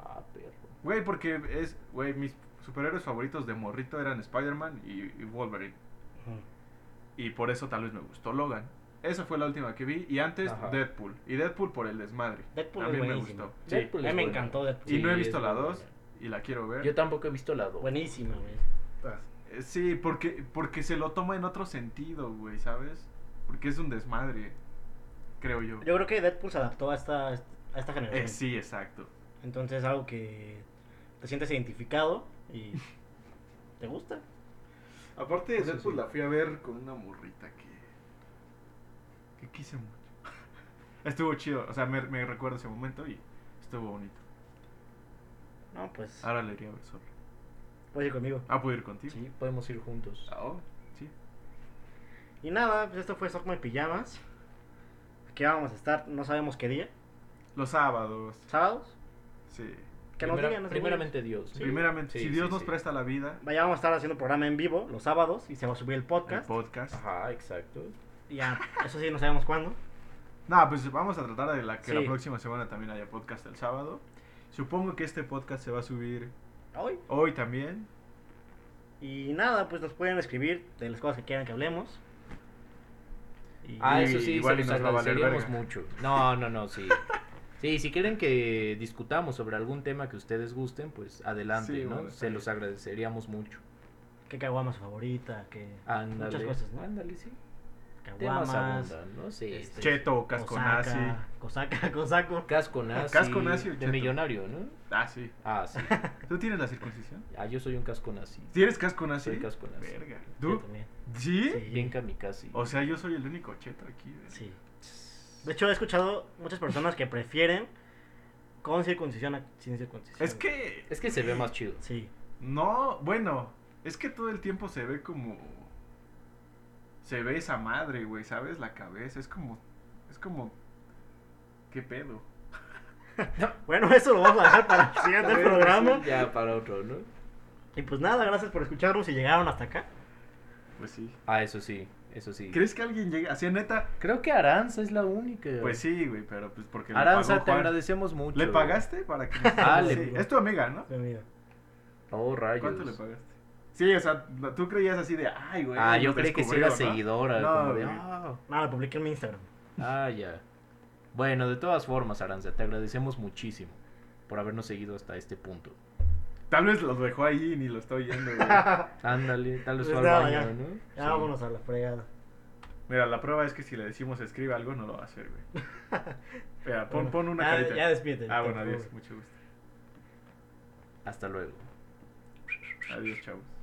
Speaker 3: Ah, perro.
Speaker 1: Güey, porque es, güey, mis superhéroes favoritos de morrito eran Spider-Man y- y Wolverine. Y por eso tal vez me gustó Logan. Esa fue la última que vi. Y antes
Speaker 3: Ajá.
Speaker 1: Deadpool. Y Deadpool por el desmadre.
Speaker 2: Deadpool
Speaker 1: a
Speaker 2: es
Speaker 1: mí me
Speaker 2: buenísimo.
Speaker 1: gustó.
Speaker 3: Sí,
Speaker 2: A mí me encantó Deadpool.
Speaker 1: y no he
Speaker 3: Sí,
Speaker 1: visto
Speaker 3: es
Speaker 1: la
Speaker 3: muy
Speaker 1: 2
Speaker 3: buena.
Speaker 1: y la quiero ver.
Speaker 3: Yo tampoco he visto la 2.
Speaker 2: Buenísima, güey.
Speaker 1: Eh, Sí, porque, porque se lo toma en otro sentido, güey, ¿sabes? Porque es un desmadre, creo yo.
Speaker 2: Yo creo que Deadpool se adaptó a esta, a esta generación.
Speaker 1: Eh, sí, exacto.
Speaker 2: Entonces algo que te sientes identificado
Speaker 3: (laughs)
Speaker 2: y te gusta.
Speaker 1: Aparte,
Speaker 5: Eso
Speaker 1: Deadpool
Speaker 5: sí.
Speaker 1: la fui a ver con una morrita que. que quise mucho. (laughs) estuvo chido, o sea, me, me recuerdo ese momento y estuvo bonito.
Speaker 2: No, pues
Speaker 3: Ah.
Speaker 1: Ahora le iría a ver solo.
Speaker 2: puedes ir conmigo.
Speaker 1: Ah, ¿puedo ir contigo?
Speaker 3: Sí, podemos ir juntos.
Speaker 1: Ah, oh, sí.
Speaker 2: Y nada, pues esto fue Stockman Pijamas. Aquí vamos a estar, no sabemos qué día.
Speaker 1: Los sábados,
Speaker 2: ¿Sábados?
Speaker 1: sí.
Speaker 2: Que nos
Speaker 3: Primera-
Speaker 2: digan. no sé,
Speaker 3: primeramente Dios.
Speaker 2: Sí.
Speaker 1: Primeramente,
Speaker 3: Sí,
Speaker 1: si Dios
Speaker 3: sí,
Speaker 1: nos
Speaker 3: sí.
Speaker 1: presta la vida,
Speaker 2: güey. Vaya, vamos a estar haciendo programa en vivo los sábados y se va a subir el
Speaker 1: el
Speaker 2: podcast.
Speaker 1: podcast.
Speaker 3: Ajá, exacto.
Speaker 2: ya, eso sí, no sabemos cuándo.
Speaker 1: Nah, pues vamos a tratar de la, que la
Speaker 2: Sí.
Speaker 1: próxima semana también haya podcast el sábado. Supongo que este podcast se va a subir
Speaker 2: Hoy.
Speaker 1: hoy también.
Speaker 2: Y nada, pues nos pueden escribir de las cosas que quieran que hablemos. Y
Speaker 3: Ah,
Speaker 1: Y
Speaker 3: eso sí,
Speaker 1: igual
Speaker 3: se
Speaker 1: y
Speaker 3: los
Speaker 1: nos va a valer
Speaker 3: agradeceríamos
Speaker 1: verga.
Speaker 3: mucho. No, no, no, sí. Sí, si quieren que discutamos sobre algún tema que ustedes gusten, pues adelante,
Speaker 1: Sí,
Speaker 3: ¿no?
Speaker 1: bueno, está
Speaker 3: se los agradeceríamos mucho.
Speaker 2: qué caguama su favorita, qué
Speaker 3: Ándale.
Speaker 2: muchas cosas, ¿no?
Speaker 3: Ándale, sí. Temas
Speaker 2: Caguamas,
Speaker 3: abundan, ¿no? Sí.
Speaker 2: este,
Speaker 3: sí.
Speaker 1: Cheto, casco nazi.
Speaker 2: Osaka, Cosaca, Cosaco.
Speaker 3: Casco nazi.
Speaker 1: Casco nazi o
Speaker 3: De
Speaker 1: cheto.
Speaker 3: millonario, ¿no?
Speaker 1: Ah, sí.
Speaker 3: Ah,
Speaker 2: (laughs)
Speaker 3: sí.
Speaker 1: ¿Tú tienes la circuncisión?
Speaker 3: Ah, yo soy un casco nazi.
Speaker 1: ¿Tienes casco nazi?
Speaker 3: Soy casco nazi.
Speaker 1: Verga.
Speaker 2: Yo
Speaker 1: ¿Tú?
Speaker 2: también.
Speaker 1: ¿Sí?
Speaker 2: Sí.
Speaker 3: Bien kamikaze.
Speaker 1: O sea, yo soy el único cheto aquí. ¿eh?
Speaker 2: Sí. De hecho, he escuchado muchas personas que prefieren con circuncisión a sin circuncisión.
Speaker 1: Es que.
Speaker 3: Es que se ve más chido.
Speaker 2: Sí.
Speaker 1: No, bueno. Es que todo el tiempo se ve como. Se ve esa madre, güey, ¿sabes? La cabeza. Es como. Es como. ¿Qué pedo?
Speaker 2: Bueno, (laughs) eso lo vamos a dejar para el siguiente
Speaker 3: Bueno,
Speaker 2: programa.
Speaker 3: sí, Ya para otro, ¿no?
Speaker 2: Y pues nada, gracias por escucharnos y llegaron hasta acá.
Speaker 1: Pues sí.
Speaker 3: Ah, eso sí, eso sí.
Speaker 1: ¿Crees que alguien llegue? Así, neta.
Speaker 3: Creo que Aranza es la única.
Speaker 1: Pues sí, güey, pero pues porque. le
Speaker 3: Aranza,
Speaker 1: pagó
Speaker 3: te
Speaker 1: Juan.
Speaker 3: agradecemos mucho.
Speaker 1: ¿Le pagaste para
Speaker 3: (laughs)
Speaker 1: que.?
Speaker 3: Ah,
Speaker 1: Sí,
Speaker 3: le-
Speaker 1: Es tu amiga, ¿no?
Speaker 2: Bienvenido.
Speaker 3: Oh, rayos.
Speaker 1: ¿Cuánto le pagaste? Sí, o sea, no- tú creías así de, ay, güey.
Speaker 3: Ah,
Speaker 1: nos
Speaker 3: yo creí que sí era
Speaker 1: descubrió", ¿no?
Speaker 3: seguidora.
Speaker 1: No,
Speaker 3: como de,
Speaker 1: güey.
Speaker 3: "Ah".
Speaker 2: Nada, publiqué en
Speaker 1: (laughs)
Speaker 2: mi Instagram.
Speaker 3: Ah, ya. Bueno, de todas formas, Aranza, te agradecemos muchísimo por habernos seguido hasta este punto.
Speaker 1: Tal vez los dejó ahí y ni lo está oyendo,
Speaker 3: (laughs)
Speaker 1: güey.
Speaker 3: Ándale, tal vez
Speaker 2: Pues
Speaker 3: fue
Speaker 2: nada,
Speaker 3: al baño,
Speaker 2: ya.
Speaker 3: ¿no?
Speaker 2: Ya
Speaker 3: Sí.
Speaker 2: vámonos a la fregada.
Speaker 1: Mira, la prueba es que si le decimos escribe algo, no lo va a hacer,
Speaker 3: (laughs)
Speaker 1: güey. Mira, pon, pon una
Speaker 2: ya,
Speaker 1: carita.
Speaker 2: Ya despídete.
Speaker 1: ah,
Speaker 2: por
Speaker 1: bueno,
Speaker 2: favor.
Speaker 1: adiós. Mucho gusto.
Speaker 3: Hasta luego.
Speaker 1: Adiós, chavos.